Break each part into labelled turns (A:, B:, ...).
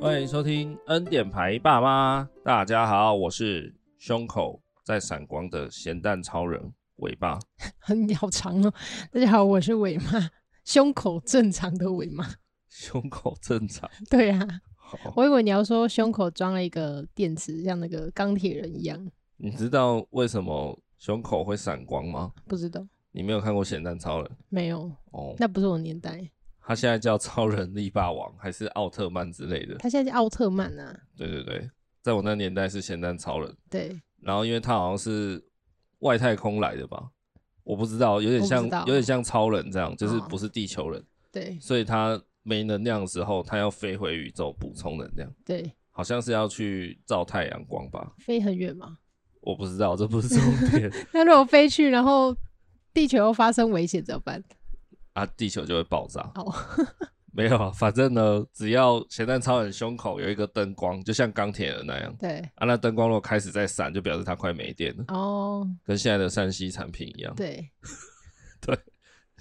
A: 欢迎收听《恩典牌爸妈》，大家好，我是胸口在闪光的咸蛋超人尾巴。
B: 很好长哦。大家好，我是伟妈，胸口正常的伟妈。
A: 胸口正常，
B: 对啊，
A: 好
B: 我以为你要说胸口装了一个电池，像那个钢铁人一样，
A: 你知道为什么胸口会闪光吗？
B: 不知道，
A: 你没有看过咸蛋超人
B: 没有，
A: 哦？
B: 那不是我年代。
A: 他现在叫超人力霸王，还是奥特曼之类的？
B: 他现在是奥特曼啊，
A: 对对对，在我那年代是咸蛋超人，
B: 对，
A: 然后因为他好像是外太空来的吧，我不知道，有点
B: 我不
A: 像
B: 知道
A: 有点像超人这样，就是
B: 哦
A: 不是地球人，
B: 对，
A: 所以他没能量的时候，他要飞回宇宙补充能量，
B: 对，
A: 好像是要去照太阳光吧，
B: 飞很远嘛。
A: 我不知道，这不是重点
B: 那如果飞去，然后地球又发生危险怎么办？
A: 啊，地球就会爆炸。
B: 哦，
A: 没有啊，反正呢，只要咸蛋超人胸口有一个灯光，就像钢铁人那样
B: 对，
A: 啊，那灯光如果开始在闪，就表示它快没电了，
B: 哦，
A: 跟现在的山西产品一样。
B: 对，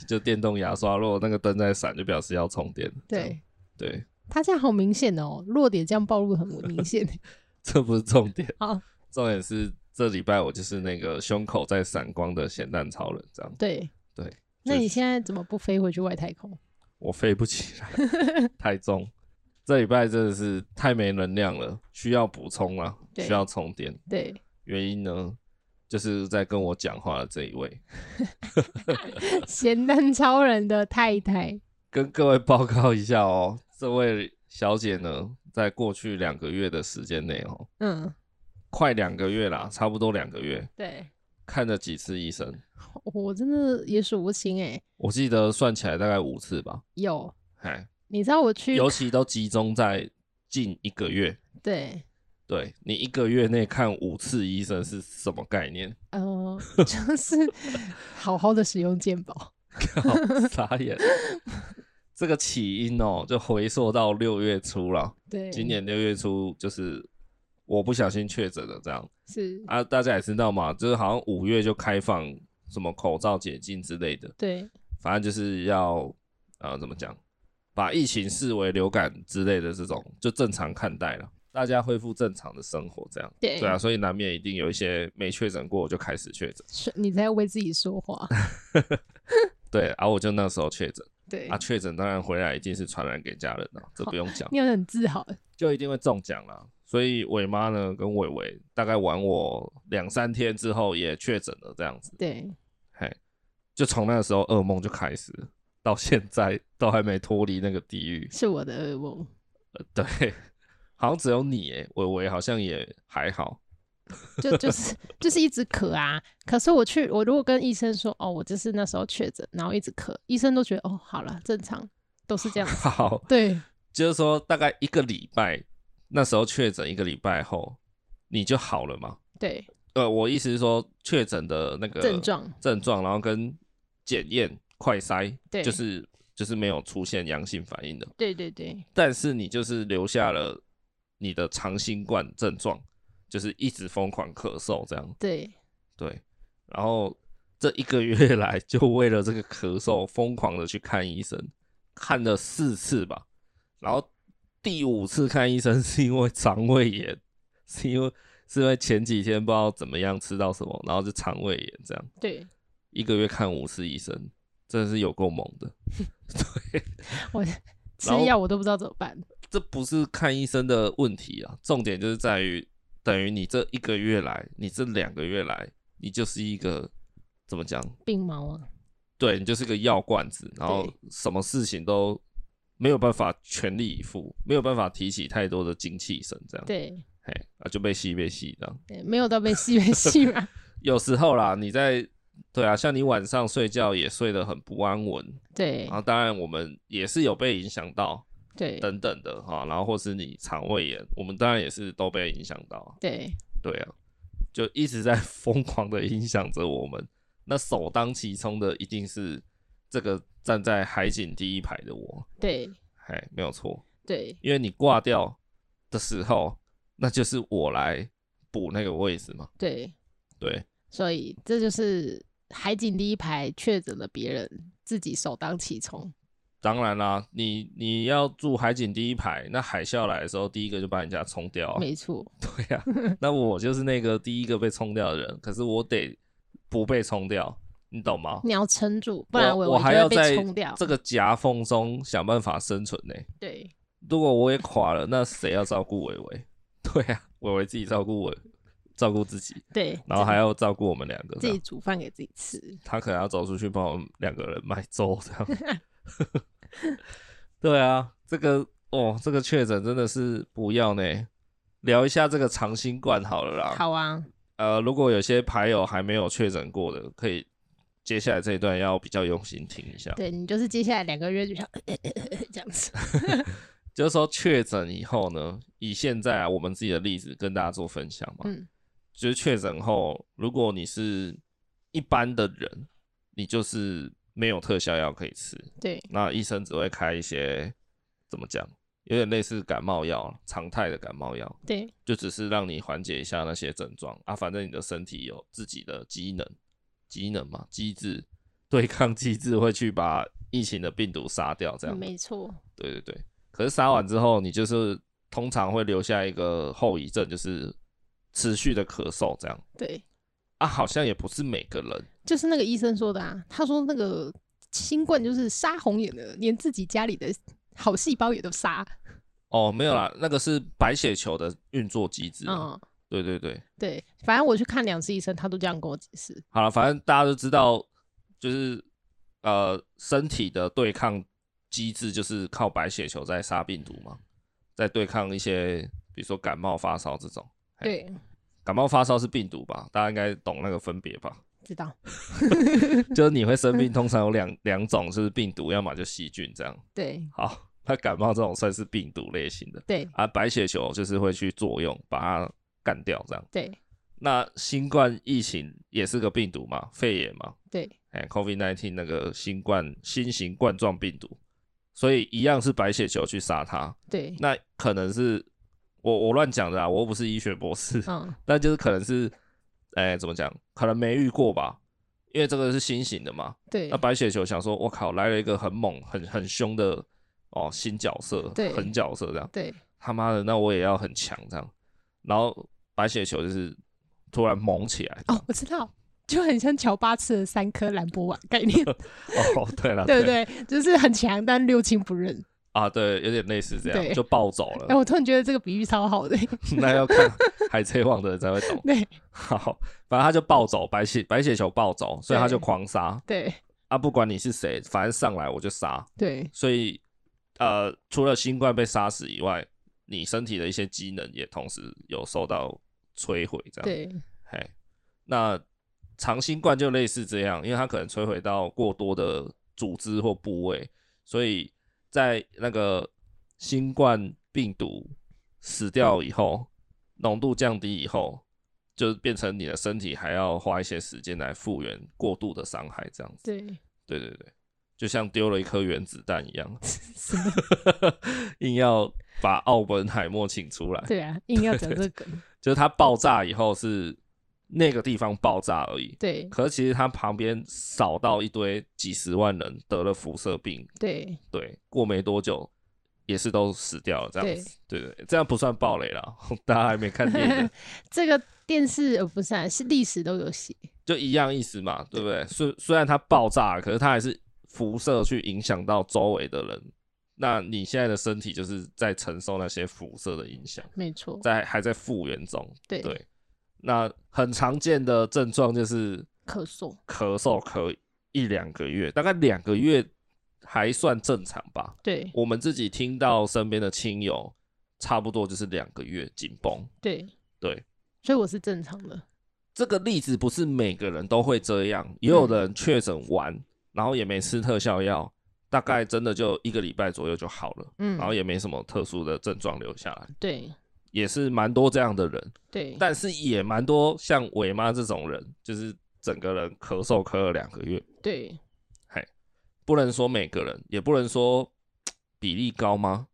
A: 就电动牙刷，如果那个灯在闪，就表示要充电。这样
B: 对，
A: 对，
B: 他这样好明显哦，弱点这样暴露很明显。
A: 这不是重点，
B: 好，
A: 重点是这礼拜我就是那个胸口在闪光的咸蛋超人，这样
B: 对，
A: 对。
B: 那
A: 就
B: 你
A: 是
B: 现在怎么不飞回去外太空？
A: 我飞不起来，太重。这礼拜真的是太没能量了，需要补充啊，
B: 对
A: 需要充电。
B: 对，
A: 原因呢，就是在跟我讲话的这一位，
B: 咸蛋超人的太太，
A: 跟各位报告一下哦，这位小姐呢，在过去两个月的时间内哦，
B: 嗯，
A: 快两个月啦，差不多两个月，
B: 对，
A: 看了几次医生？
B: 我真的也数不清哎、
A: 我记得算起来大概五次吧，
B: 有，
A: 哎，
B: 你知道我去
A: 尤其都集中在近一个月。
B: 对，
A: 对你一个月内看五次医生是什么概念？
B: 呃， 就是好好的使用健保，
A: 靠，傻眼。这个起因哦，就回溯到六月初了。
B: 对，
A: 今年六月初就是我不小心确诊了，这样
B: 是，
A: 啊，大家也知道嘛，就是好像五月就开放什么口罩解禁之类的，
B: 对，
A: 反正就是要呃怎么讲，把疫情视为流感之类的这种就正常看待了，大家恢复正常的生活这样。
B: 对
A: 对啊，所以难免一定有一些没确诊过我就开始确诊，
B: 是你在为自己说话，
A: 对，啊，我就那时候确诊，
B: 对，
A: 啊，确诊当然回来一定是传染给家人了，这不用讲，
B: 你有很自豪，
A: 就一定会中奖啦。所以伟妈呢跟伟伟大概玩我两三天之后也确诊了，这样子，
B: 对，
A: 嘿，就从那个时候噩梦就开始了，到现在都还没脱离那个地狱。
B: 是我的噩梦，
A: 呃对，好像只有你诶，伟伟好像也还好，
B: 就就是就是一直咳啊，可是我去，我如果跟医生说，哦，我就是那时候确诊，然后一直咳，医生都觉得，哦，好了，正常，都是这 样子，
A: 好，
B: 对，
A: 就是说大概一个礼拜，那时候确诊一个礼拜后你就好了嘛。
B: 对，
A: 呃，我意思是说确诊的那个
B: 症状，
A: 症状，然后跟检验快筛，
B: 对
A: 就是就是没有出现阳性反应的，
B: 对对对
A: 但是你就是留下了你的长新冠症状，就是一直疯狂咳嗽这样，
B: 对，
A: 对，然后这一个月来就为了这个咳嗽疯狂的去看医生，看了四次吧，然后第五次看医生是因为肠胃炎，是因为是因为前几天不知道怎么样吃到什么，然后就肠胃炎这样。
B: 对，
A: 一个月看五次医生，真的是有够猛的。
B: 我吃
A: 然后
B: 药我都不知道怎么办。
A: 这不是看医生的问题啊，重点就是在于，等于你这一个月来，你这两个月来，你就是一个怎么讲？
B: 病猫啊，
A: 对你就是个药罐子，然后什么事情都没有办法全力以赴，没有办法提起太多的精气神，这样，
B: 对，
A: 嘿，啊就被吸被吸这样。
B: 对没有到被吸被吸嘛，
A: 有时候啦，你在对啊，像你晚上睡觉也睡得很不安稳，
B: 对
A: 然后当然我们也是有被影响到
B: 对
A: 等等的哈、然后或是你肠胃炎，我们当然也是都被影响到啊，
B: 对，
A: 对啊，就一直在 疯狂的影响着我们。那首当其冲的一定是这个站在海景第一排的我，
B: 对
A: 哎，没有错，
B: 对
A: 因为你挂掉的时候，那就是我来补那个位置嘛，
B: 对，
A: 对，
B: 所以这就是海景第一排确诊了别人，自己首当其冲。
A: 当然啦，你你要住海景第一排，那海啸来的时候，第一个就把人家冲掉、啊。
B: 没错，
A: 对呀、那我就是那个第一个被冲掉的人，可是我得不被冲掉，你懂吗？
B: 你要撑住，嗯不然
A: 我
B: 我
A: 还
B: 就
A: 要
B: 会
A: 在
B: 被冲掉。
A: 这个夹缝中想办法生存呢、
B: 对
A: 如果我也垮了，那谁要照顾伟 伟？对啊，伟伟自己照顾我，照顾自己，
B: 对，
A: 然后还要照顾我们两个
B: 自
A: 这
B: 己
A: 样。
B: 煮饭给自己吃。
A: 他可能要走出去帮我们两个人买粥这样。 对啊，这个哦，这个确诊真的是不要呢。聊一下这个长新冠好了啦。
B: 好啊，
A: 呃，如果有些牌友还没有确诊过的，可以接下来这一段要比较用心听一下。
B: 对你就是接下来两个月就想 这样子。
A: 就是说确诊以后呢，以现在啊我们自己的例子跟大家做分享嘛，
B: 嗯，
A: 就是确诊后，如果你是一般的人，你就是没有特效药可以吃，
B: 对
A: 那医生只会开一些怎么讲，有点类似感冒药，常态的感冒药，
B: 对
A: 就只是让你缓解一下那些症状啊。反正你的身体有自己的机能，机能嘛，机制对抗机制会去把疫情的病毒杀掉，这样。
B: 没错，
A: 对对对。可是杀完之后，你就是通常会留下一个后遗症，就是持续的咳嗽这样
B: 对，
A: 啊，好像也不是每个人。
B: 就是那个医生说的啊，他说那个新冠就是杀红眼的，连自己家里的好细胞也都杀。
A: 哦，没有啦，那个是白血球的运作机制啊。
B: 嗯，
A: 对对对，
B: 对，反正我去看两次医生，他都这样跟我解释。
A: 好了，反正大家都知道，就是呃，身体的对抗机制就是靠白血球在杀病毒嘛，在对抗一些比如说感冒、发烧这种。嘿，
B: 对，
A: 感冒、发烧是病毒吧？大家应该懂那个分别吧？
B: 知道。
A: 就是你会生病，通常有两两种，就是病毒，要么就细菌这样。
B: 对
A: 好，那感冒这种算是病毒类型的
B: 对
A: 啊，白血球就是会去作用把它干掉这样。
B: 对
A: 那新冠疫情也是个病毒嘛，肺炎嘛，
B: 对
A: 哎，COVID-19 那个新冠新型冠状病毒，所以一样是白血球去杀它。
B: 对，
A: 那可能是我我乱讲的啊，我又不是医学博士，
B: 嗯，
A: 但就是可能是，哎、怎么讲？可能没遇过吧，因为这个是新型的嘛。
B: 对
A: 那白血球想说，我靠，来了一个很猛、很很凶的哦新角色，
B: 对
A: 狠角色这样，
B: 对
A: 他妈的，那我也要很强这样。然后白血球就是突然猛起来，
B: 哦，我知道，就很像乔巴吃了三颗兰博丸概念，
A: 哦，对了，
B: 对不对？就是很强，但六亲不认。
A: 啊，对，有点类似这样，
B: 对
A: 就暴走
B: 哎，
A: 了。
B: 我突然觉得这个比喻超好的。
A: 那要看海贼王的人才会懂。
B: 对
A: 好，反正他就暴走，白血白血球暴走，所以他就
B: 对
A: 狂杀
B: 对
A: 啊！不管你是谁，反正上来我就杀。
B: 对
A: 所以呃，除了新冠被杀死以外，你身体的一些机能也同时有受到摧毁，这样。，
B: 对
A: 嘿，那长新冠就类似这样，因为它可能摧毁到过多的组织或部位，所以在那个新冠病毒死掉以后，浓度降低以后。就变成你的身体还要花一些时间来复原过度的伤害，这样子。
B: 对，
A: 对对对，就像丢了一颗原子弹一样。
B: 什么？
A: 硬要把奥本海默请出来，
B: 对啊，硬要讲这个。
A: 就是它爆炸以后是那个地方爆炸而已，
B: 对
A: 可是其实它旁边少到一堆几十万人得了辐射病，
B: 对
A: 对，过没多久也是都死掉了，这样
B: 对
A: 子，对对，这样不算暴雷啦， 大家还没看电 影的，
B: 这个电视呃不是啊，是历史都有写。
A: 就一样意思嘛，对不对？虽虽然它爆炸了，可是它还是辐射去影响到周围的人。那你现在的身体就是在承受那些辐射的影响，
B: 没错，
A: 在还在复原中，
B: 对
A: 对，那很常见的症状就是
B: 咳嗽。
A: 咳嗽，咳一两个月，大概两个月还算正常吧。
B: 对
A: 我们自己听到身边的亲友，差不多就是两个月紧绷，
B: 对
A: 对，
B: 所以我是正常的。
A: 这个例子不是每个人都会这样，也有人确诊完，然后也没吃特效药，大概真的就一个礼拜左右就好了，
B: 嗯
A: 然后也没什么特殊的症状留下来，
B: 对
A: 也是蛮多这样的人，
B: 对，
A: 但是也蛮多像伟妈这种人，就是整个人咳嗽咳了两个月，
B: 对，
A: 不能说每个人，也不能说比例高吗？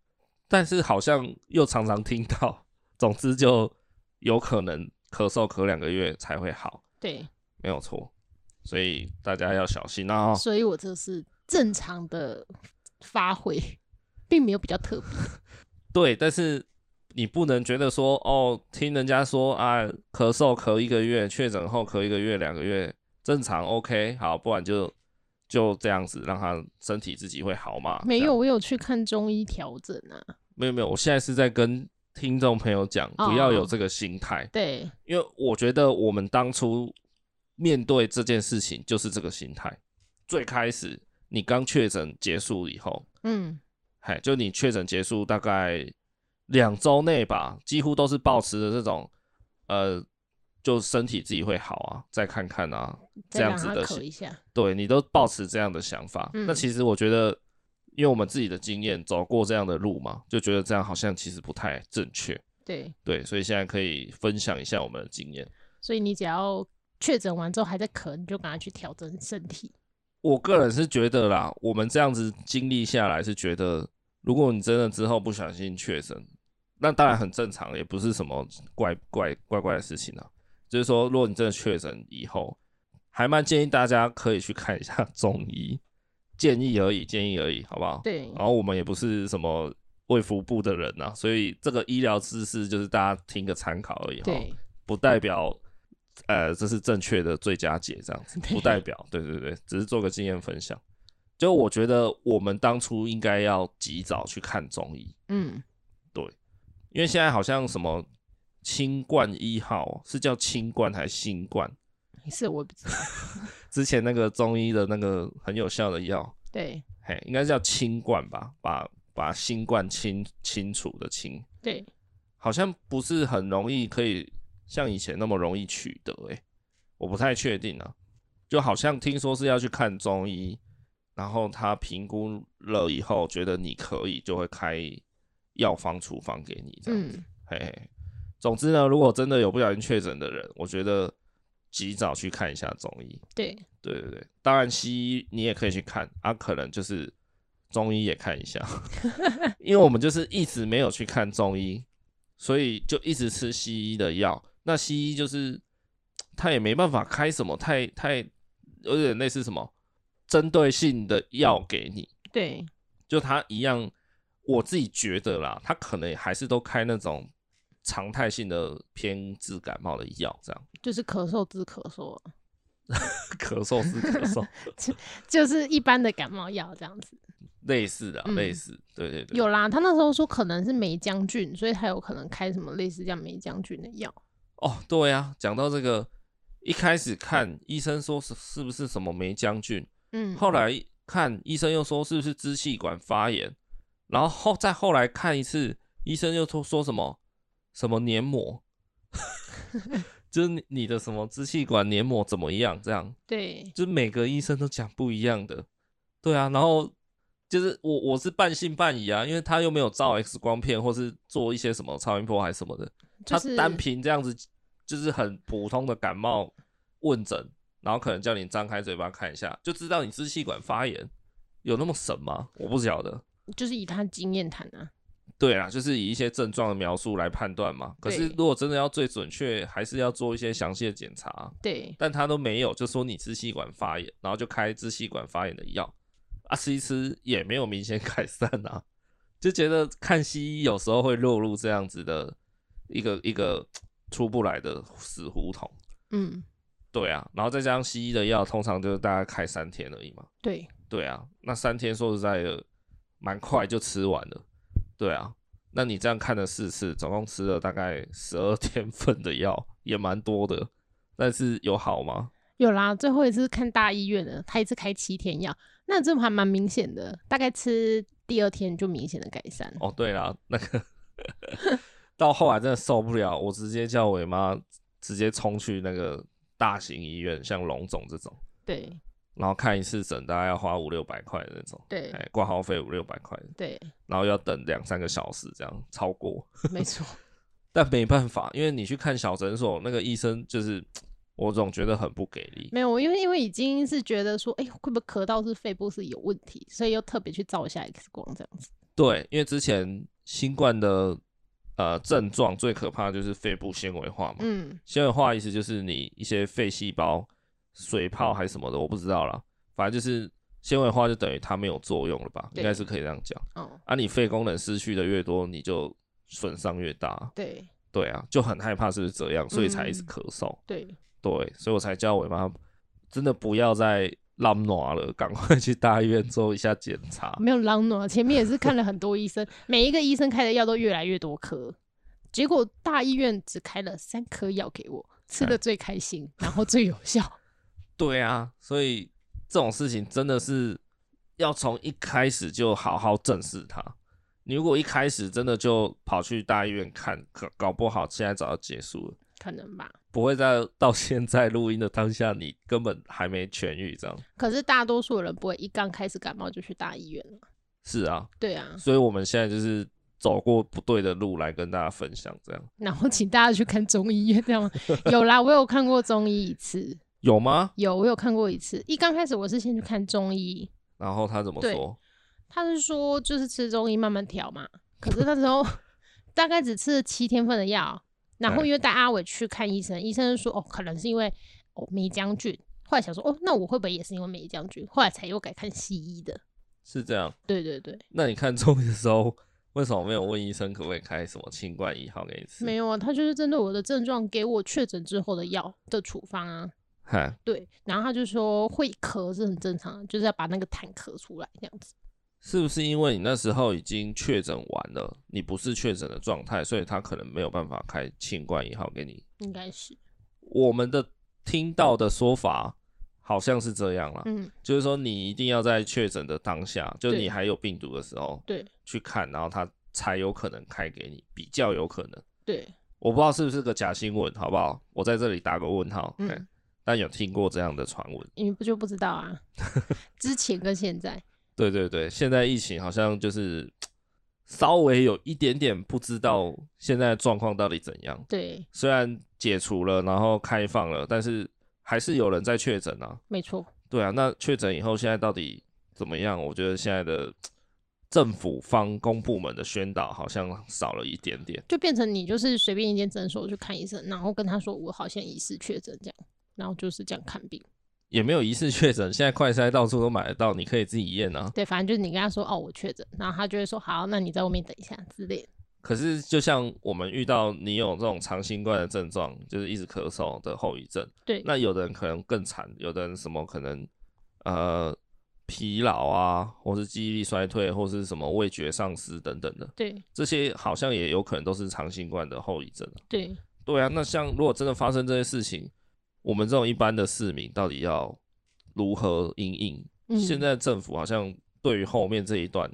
A: 但是好像又常常听到， 总之就有可能咳嗽咳两个月才会好，
B: 对，
A: 没有错。所以大家要小心啊、
B: 所以我这是正常的发挥， 并没有比较特别。
A: 对，但是你不能觉得说哦，听人家说啊，咳嗽咳一个月，确诊后咳一个月、两个月，正常 OK，好，不然就就这样子，让他身体自己会好嘛。
B: 没
A: 这样
B: 有，我有去看中医调整啊。
A: 没有没有，我现在是在跟听众朋友讲，
B: 哦
A: 不要有这个心态，
B: 对，
A: 因为我觉得我们当初面对这件事情就是这个心态。最开始你刚确诊结束以后，
B: 嗯，
A: 嗨，就你确诊结束大概两周内吧，几乎都是保持着这种，呃，就身体自己会好啊，再看看啊，这
B: 再
A: 样
B: 让
A: 子
B: 他
A: 的
B: 咳
A: 心
B: 一下。
A: 对你都保持这样的想法。
B: 嗯
A: 那其实我觉得，因为我们自己的经验走过这样的路嘛，就觉得这样好像其实不太正确。
B: 对，
A: 对，所以现在可以分享一下我们的经验。
B: 所以你只要确诊完之后还在咳，你就赶快去调整身体。
A: 我个人是觉得啦，我们这样子经历下来是觉得，如果你真的之后不小心确诊，那当然很正常，也不是什么怪怪怪怪的事情啊。就是说，如果你真的确诊以后，还蛮建议大家可以去看一下 中医，建议而已，建议而已，好不好？。
B: 对，
A: 然后我们也不是什么卫福部的人啊，所以这个医疗知识就是大家听个参考而已哈，
B: 对，
A: 不代表呃这是正确的最佳解这样子，
B: 对
A: 不代表对对对，只是做个经验分享。就我觉得我们当初应该要及早去看中医，
B: 嗯，
A: 因为现在好像什么清冠一号是叫清冠还是新冠？
B: 是我不知道。
A: 之前那个中医的那个很有效的药，
B: 对
A: 嘿，应该叫清冠吧，把把新冠清清除的清，
B: 对，
A: 好像不是很容易可以像以前那么容易取得、欸，我不太确定啊，就好像听说是要去看中医，然后他评估了以后觉得你可以，就会开药方处方给你这样子，
B: 嗯，
A: 嘿嘿。总之呢，如果真的有不小心确诊的人，我觉得及早去看一下中医，
B: 对
A: 对对对，当然西医你也可以去看啊，可能就是中医也看一下， 因为我们就是一直没有去看中医，所以就一直吃西医的药。那西医就是他也没办法开什么太太有点类似什么针对性的药给你，
B: 对，
A: 就他一样，我自己觉得啦，他可能还是都开那种常态性的偏治感冒的药，这样
B: 就是咳嗽治咳嗽，啊
A: 咳嗽是咳嗽，
B: 就是一般的感冒药这样子。
A: 类似的、啊
B: 嗯
A: 类似，对对对，
B: 有啦，他那时候说可能是霉浆菌，所以他有可能开什么类似像霉浆菌的药。
A: 哦，对啊，讲到这个，一开始看医生说是是不是什么霉浆菌，
B: 嗯，
A: 后来看医生又说是不是支气管发炎，然后后再后来看一次，医生又说说什么什么黏膜， 就是你你的什么支气管黏膜怎么样，这样
B: 对
A: 就是每个医生都讲不一样的，对啊，然后就是我我是半信半疑啊，因为他又没有照 X 光片或是做一些什么超音波还是什么的，
B: 就是
A: 他单凭这样子就是很普通的感冒问诊，然后可能叫你张开嘴巴看一下，就知道你支气管发炎，有那么神吗？我不晓得。
B: 就是以他经验谈啊，
A: 对啊，就是以一些症状的描述来判断嘛。可是
B: 对
A: 如果真的要最准确，还是要做一些详细的检查啊、
B: 对
A: 但他都没有，就说你支气管发炎，然后就开支气管发炎的药啊，吃一吃也没有明显 改善啊，就觉得看西医有时候会落入这样子的一个一个出不来的死胡同，
B: 嗯
A: 对啊，然后再加上西医的药通常就是大概开三天而已嘛，
B: 对
A: 对啊，那三天说实在的，蛮快就吃完了，对啊，那你这样看了四次，总共吃了大概十二 天份的药，也蛮多的，但是有好吗？
B: 有啦，最后一次看大医院的，他一次开七天药，那这还蛮明显的，大概吃第二天就明显的改善。
A: 哦，对啦，那个 到后来真的受不了，我直接叫我妈直接冲去那个大型医院，像龙总这种，
B: 对
A: 然后看一次诊大概要花五六百块的那种，
B: 对
A: 哎，挂号费五六百块的，
B: 对，
A: 然后要等两三个小时这样，超过。
B: 没错，
A: 但没办法，因为你去看小诊所，那个医生就是我总觉得很不给力。
B: 没有，因为因为已经是觉得说，哎、会不会咳到是肺部是有问题，所以又特别去照一下 X 光这样子。
A: 对，因为之前新冠的呃症状最可怕的就是肺部纤维化嘛，
B: 嗯，
A: 纤维化意思就是你一些肺细胞水
B: 嗯
A: 泡还是什么的，我不知道啦，反正就是纤维化就等于它没有作用了吧，应
B: 对
A: 该是可以这样讲。
B: 哦，
A: 啊，你肺功能失去的越多，你就损伤越大。
B: 对
A: 对啊，就很害怕是不是这样，所以才一直
B: 嗯
A: 咳嗽。
B: 对，
A: 对，所以我才叫我妈真的不要再浪暖了，赶快去大医院做一下检查。
B: 没有朗诺，前面也是看了很多医生，每一个医生开的药都越来越多颗，结果大医院只开了三颗药给我，吃的最开心，然后最有效。
A: 对啊，所以这种事情真的是要从一开始就好好正视它。你如果一开始真的就跑去大医院看，搞搞不好现在早就结束了，
B: 可能吧。
A: 不会在 到现在录音的当下，你根本还没痊愈这样。
B: 可是大多数人不会一刚开始感冒就去大医院了。
A: 是啊，
B: 对啊，
A: 所以我们现在就是走过不对的路来跟大家分享，这样
B: 然后请大家去看中医，这样吗有啦，我有看过中医一次，
A: 有吗？
B: 有我有看过一次。一刚开始我是先去看中医，
A: 然后他怎么
B: 对
A: 说？
B: 他是说就是吃中医慢慢调嘛。可是那时候大概只吃了七天份的药，然后
A: 哎
B: 因为带阿伟去看医生，医生说哦，可能是因为哦梅将军。后来想说哦，那我会不会也是因为梅将军？后来才又改看西医的。
A: 是这样。
B: 对对对，
A: 那你看中医的时候，为什么没有问医生可不可以开什么清冠一号给你吃？
B: 没
A: 有，
B: 有啊，他就是针对我的症状给我确诊之后的药的处方啊。
A: 哈，
B: 对，然后他就说会咳是很正常的，就是要把那个痰咳出来这样子。
A: 是不是因为你那时候已经确诊完了，你不是确诊的状态，所以他可能没有办法开清冠一号给你？
B: 应该是，
A: 我们的听到的说法好像是这样啦，
B: 嗯，
A: 就是说你一定要在确诊的当下，就是
B: 对
A: 你还有病毒的时候，
B: 对，
A: 去看，然后他才有可能开给你，比较有可能。
B: 对，
A: 我不知道是不是个假新闻，好不好？我在这里打个问号。
B: 嗯
A: 嗯，但有听过这样的传闻。
B: 你不就不知道啊？之前跟现在，
A: 对对对，现在疫情好像就是稍微有一点点不知道现在的状况到底怎样。
B: 对，
A: 虽然解除了，然后开放了，但是还是有人在确诊啊。
B: 没错，
A: 对啊，那确诊以后现在到底怎么样？我觉得现在的政府方公部门的宣导好像少了一点点。
B: 就变成你就是随便一间诊所去看医生，然后跟他说我好像疑似确诊这样，然后就是这样看病。
A: 也没有疑似 确诊，现在快筛到处都买得到，你可以自己验啊。
B: 对，反正就是你跟他说哦我确诊，然后他就会说好，那你在外面等一下之类的。
A: 可是，就像我们遇到你有这种长新冠的症状，就是一直咳嗽的后遗症，
B: 对，
A: 那有的人可能更惨，有的人什么可能呃疲劳啊，或是记忆力衰退，或是什么味觉丧失等等的，
B: 对
A: 这些好像也有可能都是长新冠的后遗症啊、
B: 对，
A: 对啊，那像如果真的发生这些事情，我们这种一般的市民到底要如何应应？
B: 嗯
A: 现在政府好像对于后面这一段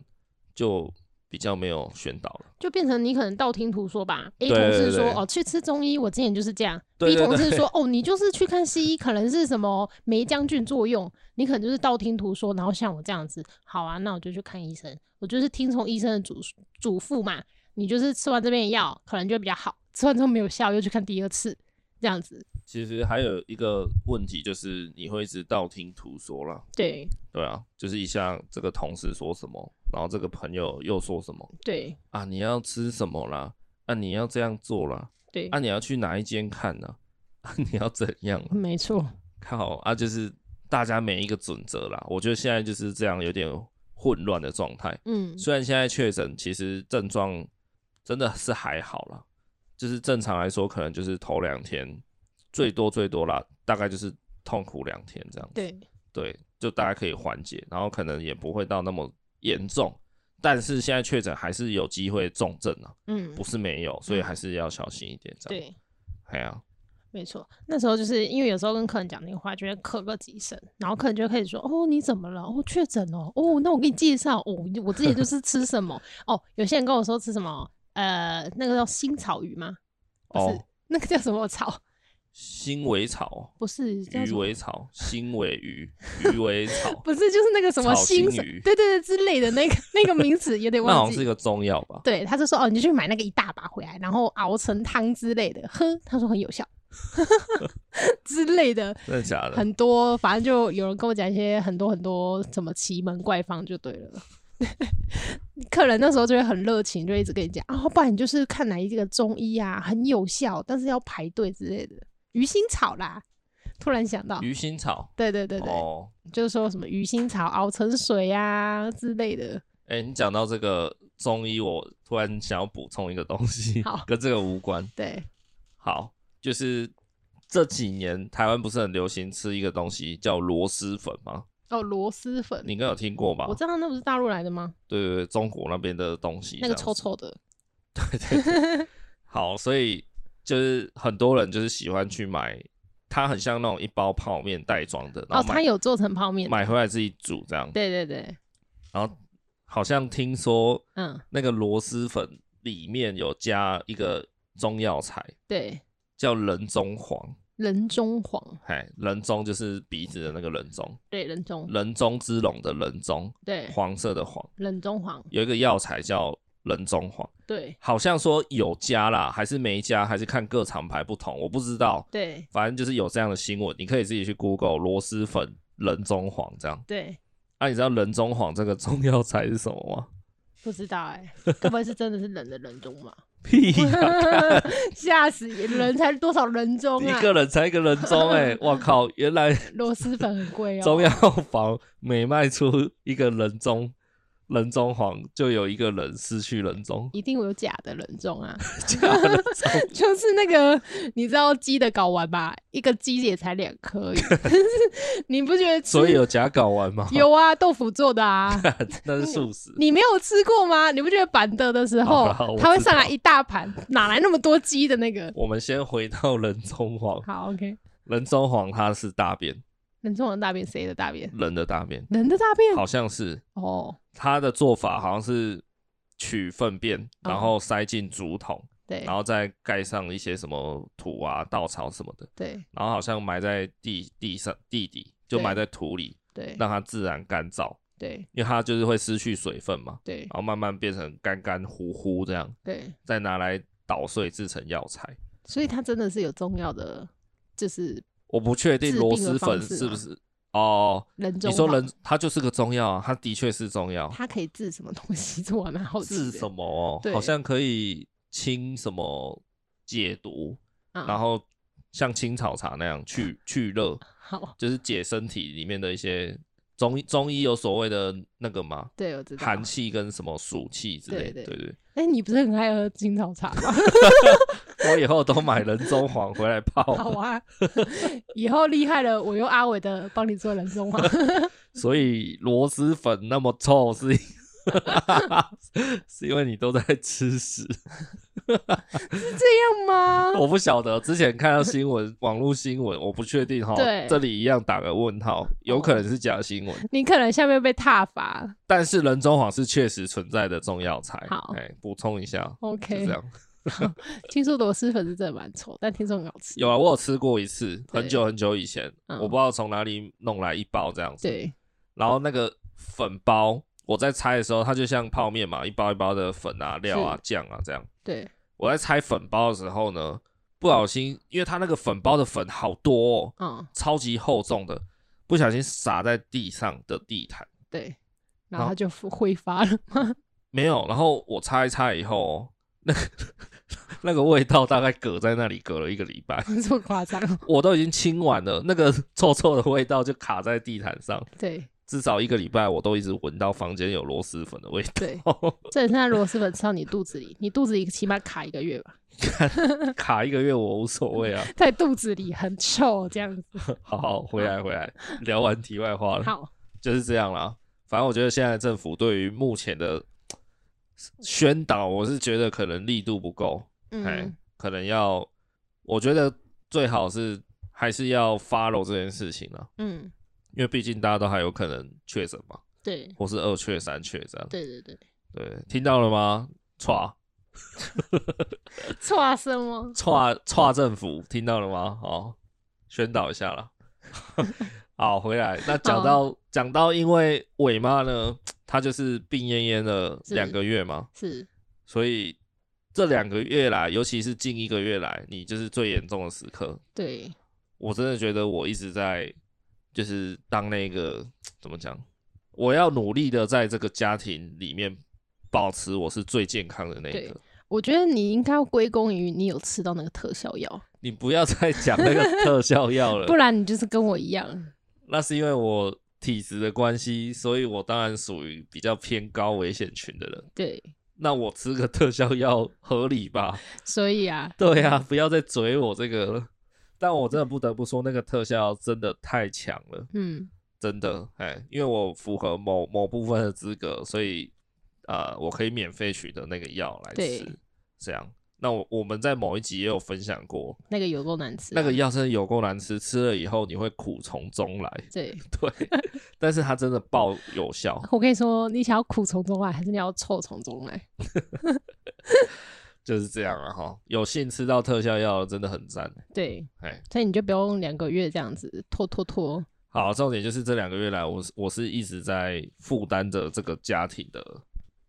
A: 就比较没有宣导了。
B: 就变成你可能道听途说吧。
A: 对
B: A 同
A: 对
B: 事
A: 对
B: 说哦去吃中医，我之前就是这样。
A: 对对
B: B 同事说哦你就是去看西医，可能是什么梅将军作用，你可能就是道听途说，然后像我这样子，好啊，那我就去看医生，我就是听从医生的嘱嘱咐嘛。你就是吃完这边的药，可能就会比较好，吃完之后没有效，又去看第二次，这样子。
A: 其实还有一个问题就是你会一直道听途说啦，
B: 对
A: 对啊，就是一下这个同事说什么，然后这个朋友又说什么
B: 对
A: 啊，你要吃什么啦，啊你要这样做啦，
B: 对，
A: 啊你要去哪一间看呢、啊你要怎样啦？
B: 没错，
A: 靠啊，就是大家每一个准则啦。我觉得现在就是这样，有点混乱的状态。
B: 嗯，
A: 虽然现在确诊，其实症状真的是还好啦，就是正常来说，可能就是头两天，最多最多啦，大概就是痛苦两天这样。
B: 对
A: 对，就大家可以缓解，然后可能也不会到那么严重。但是现在确诊还是有机会重症啊，
B: 嗯
A: 不是没有，所以还是要小心一点。这样，
B: 对。
A: 对，哎呀、
B: 没错，那时候就是因为有时候跟客人讲那个话，就会咳个几声，然后客人就开始说：“哦，你怎么了？哦，确诊哦，哦，那我给你介绍，哦，我之前就是吃什么，哦，有些人跟我说吃什么，呃，那个叫新草鱼吗？不是，
A: 哦，
B: 那个叫什么草？
A: 新尾草、
B: 不是叫
A: 鱼
B: 什么？，
A: 尾草、新尾鱼、鱼尾草
B: 不是，就是那个什么
A: 草
B: 新
A: 心
B: 什，
A: 鱼
B: 对对对之类的那个那个名词，有点
A: 那好
B: 忘
A: 像是
B: 记
A: 一。个中药吧？
B: 对，他就说哦，你就去买那个一大把回来，然后熬成汤之类的喝，他说很有效 之类的，
A: 真的假的？
B: 很多，反正就有人跟我讲一些很多很多什么奇门怪方就对了。 客人那时候就会很热情，就一直跟你讲啊，不然你就是看哪一个中医啊，很有效，但是要排队之类的。鱼腥草啦，突然想到，
A: 鱼腥草
B: 对对对对，
A: 哦。
B: 就是说什么鱼腥草熬成水啊之类的。
A: 哎、你讲到这个中医，我突然想要补充一个东西
B: 好，
A: 跟这个无关。
B: 对，
A: 好，就是这几年台湾不是很流行吃一个东西叫螺蛳粉吗？
B: 哦，螺蛳粉，
A: 你应该有听过吧
B: 我？知道那不是大陆来的吗？
A: 对对对，中国那边的东西，
B: 那个臭。 臭的，
A: 好，所以就是很多人就是喜欢去买，它很像那种一包泡面袋装的，然
B: 哦，
A: 后买、
B: 它有做成泡面的，
A: 买回来自己煮这样。
B: 对对对，
A: 然后好像听说
B: 嗯，
A: 那个螺蛳粉里面有加一个中药材
B: 对，
A: 叫人中黄，
B: 人中黄，
A: 哎，人中就是鼻子的那个人中，
B: 对，人中，
A: 人中之龙的人中，
B: 对，
A: 黄色的黄，
B: 人中黄，
A: 有一个药材叫人中黄。
B: 对
A: 好像说有加啦，还是没加，还是看各厂牌不同，我不知道。
B: 对
A: 反正就是有这样的新闻，你可以自己去 Google 螺蛳粉人中黄这样。
B: 对，
A: 啊，你知道人中黄这个 中药材是什么吗？
B: 不知 道哎、该不会是真的是人的人中吧？
A: 屁呀、
B: 吓死人！才多少人中啊
A: 一？个人才一个人中哎、我靠！原来
B: 螺蛳粉很贵哦、，
A: 中药房每卖出一个人中人中黄，就有一个人失去人中
B: 一定有假的人中啊，
A: 假人中
B: 就是那个你知道鸡的睾丸吧？一个鸡也才两颗而已， 但是你不觉得吃？
A: 所以有假睾丸吗？
B: 有啊，豆腐做的啊，
A: 那是素食。
B: 你没有吃过吗？你不觉得板凳的时
A: 好
B: 候
A: 啦我，
B: 它会
A: 知
B: 上来
A: 道
B: 一大盘，哪来那么多鸡的那个？
A: 我们先回到人中黄，
B: 好，OK，
A: 人中黄它是大便，
B: 人中的大便谁的大便？
A: 人的大便，
B: 人的大便
A: 好像是
B: 哦，
A: 它的做法好像是取粪便，
B: 哦
A: 然后塞进竹筒，
B: 对
A: 然后再盖上一些什么土啊、稻草什么的，
B: 对
A: 然后好像埋在地地上地底，就
B: 对
A: 埋在土里，
B: 对
A: 让它自然干燥，
B: 对
A: 因为它就是会失去水分嘛，
B: 对
A: 然后慢慢变成干干糊糊这样，
B: 对，
A: 再拿来捣碎制成药材。
B: 所以它真的是有中药的，就是
A: 我不确定
B: 治
A: 螺
B: 病的
A: 蛳
B: 方
A: 粉
B: 式
A: 是
B: 吗
A: 不是哦。
B: 人中
A: 你
B: 黄。
A: 说人，它就是个中药啊，它的确是中药。
B: 它可以治什么东西？ 这我还蛮好奇
A: 治
B: 的
A: 什么哦？
B: 对
A: 好像可以清什么解毒，
B: 啊
A: 然后像青草茶那样去去热，
B: 好，
A: 就是解身体里面的一些中医中医有所谓的那个嘛，
B: 对，我知道。
A: 寒气跟什么暑气之类的。
B: 对对
A: 对对，
B: 哎，你不是很爱喝青草茶 吗？
A: 我以后都买人中黄回来
B: 好
A: 泡，
B: 啊， 以后厉害了，我用阿伟的帮你做人 中黄。
A: 所以螺蛳粉那么臭是因。 是因为你都在吃屎，
B: 这样吗？
A: 我不晓得。之前看到新闻，网络新闻，我不确定哈
B: 对。哦
A: 这里一样打个问号，有可能是假新闻。
B: 你可能下面被踏伐。
A: 但是人中黄是确实存在的中药材。
B: 好
A: 哎、补充一下，就
B: OK，
A: 这样。
B: 听说螺蛳粉是真的蛮臭，但听说很好吃。
A: 有啊，我有吃过一次，
B: 对
A: 很久很久以前，
B: 嗯
A: 我不知道从哪里弄来一包这样子。，
B: 对
A: 然后那个粉包，我在拆的时候，它就像泡面嘛，一包一包的粉啊、料啊
B: 是、
A: 酱啊这样。
B: 对
A: 我在拆粉包的时候呢，不小心，因为它那个粉包的粉好多、哦，
B: 嗯
A: 超级厚重的，不小心洒在地上的地毯。
B: 对，然
A: 然
B: 后
A: 后
B: 它就挥发了。
A: 没有，然后我擦一擦以后、哦，那个 那个味道大概搁在那里隔了一个礼拜，
B: 这么夸张？
A: 我都已经清完了，那个臭臭的味道就卡在地毯上，
B: 对
A: 至少一个礼拜我都一直闻到房间有螺蛳粉的味
B: 对，
A: 道，
B: 这现在螺蛳粉吃到你肚子里，你肚子里起码卡一个月吧，
A: 卡一个月我无所谓 啊。
B: 在肚子里很臭这样子。
A: 好好，回来回来，聊完题外话了，
B: 好，
A: 就是这样啦。反正我觉得现在政府对于目前的宣导，我是觉得可能力度不够，哎
B: 嗯，，
A: 可能要，我觉得最好是还是要 follow 这件事情啊，
B: 嗯，
A: 因为毕竟大家都还有可能确诊嘛，
B: 对
A: 或是二确三确这样。
B: 对对对，
A: 对，听到了吗？歘，
B: 错啊什么？
A: 跨跨政府，听到了吗？哦，宣导一下啦。 好，回来那讲到讲到，因为伟妈呢，她就是病恹恹了
B: 是
A: 两个月嘛，
B: 是
A: 所以这两个月来，尤其是近一个月来，你就是最严重的时刻。
B: 对，
A: 我真的觉得我一直在就是当那个怎么讲，我要努力的在这个家庭里面保持我是最健康的那
B: 对
A: 个。
B: 我觉得你应该要归功于你有吃到那个特效药，
A: 你不要再讲那个特效药 了，
B: 不然你就是跟我一样。
A: 那是因为我体质的关系，所以我当然属于比较偏高危险群的人。
B: 对，
A: 那我吃个特效药合理吧？
B: 所以啊，
A: 对呀、不要再嘴我这个了。但我真的不得不说，那个特效药真的太强了，
B: 嗯，
A: 真的哎，因为我符合某某部分的资格，所以呃，我可以免费取得那个药来
B: 对
A: 吃。这样，那我我们在某一集也有分享过，
B: 那个有够难吃啊、
A: 那个药真的有够难吃，吃了以后你会苦从中来。
B: 对，
A: 对，但是它真的爆有效，
B: 我跟你说，你想要苦从中来，还是你要臭从中来？
A: 就是这样啊哈。有幸吃到特效药，真的很赞。
B: 对，
A: 哎，
B: 所以你就不用两个月这样子拖拖拖。
A: 好，重点就是这两个月来，我是我是一直在负担着这个家庭的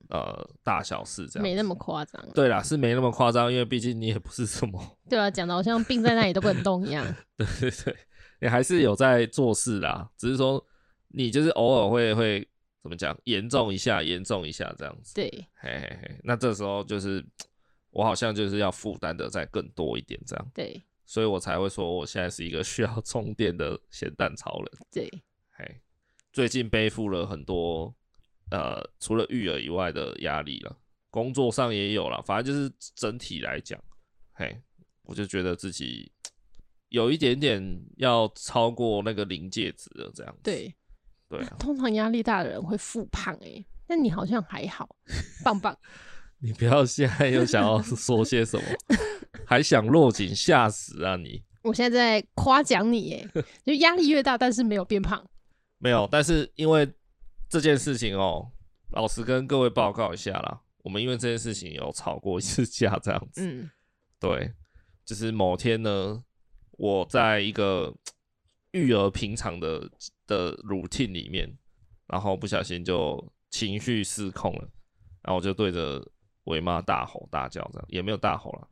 A: 呃大小事，这样
B: 没那么夸张。啊
A: 对啦，是没那么夸张，因为毕竟你也不是什么，
B: 对啊，讲的好像病在那里都不能动一样。
A: 对对对，你还是有在做事啦，只是说你就是偶尔会会怎么讲，严重一下，严重一下这样子。
B: 对，
A: 嘿嘿嘿，那这时候就是我好像就是要负担的再更多一点这样。
B: 对，
A: 所以我才会说我现在是一个需要充电的咸蛋超人。
B: 对，
A: 嘿，最近背负了很多呃，除了育儿以外的压力了，工作上也有了，反正就是整体来讲，嘿，我就觉得自己有一点点要超过那个临界值了，这样子。
B: 对。
A: 对啊，
B: 通常压力大的人会复胖哎、欸，那你好像还好，棒棒。
A: 你不要现在又想要说些什么，还想落井下石啊你？
B: 我现在在夸奖你耶、就压力越大，但是没有变胖。
A: 没有，但是因为这件事情哦，老实跟各位报告一下啦，我们因为这件事情有吵过一次架，这样子。
B: 嗯，
A: 对，就是某天呢，我在一个育儿平常的的 routine 里面，然后不小心就情绪失控了，然后我就对着伟妈大吼大叫，这样也没有大吼啦，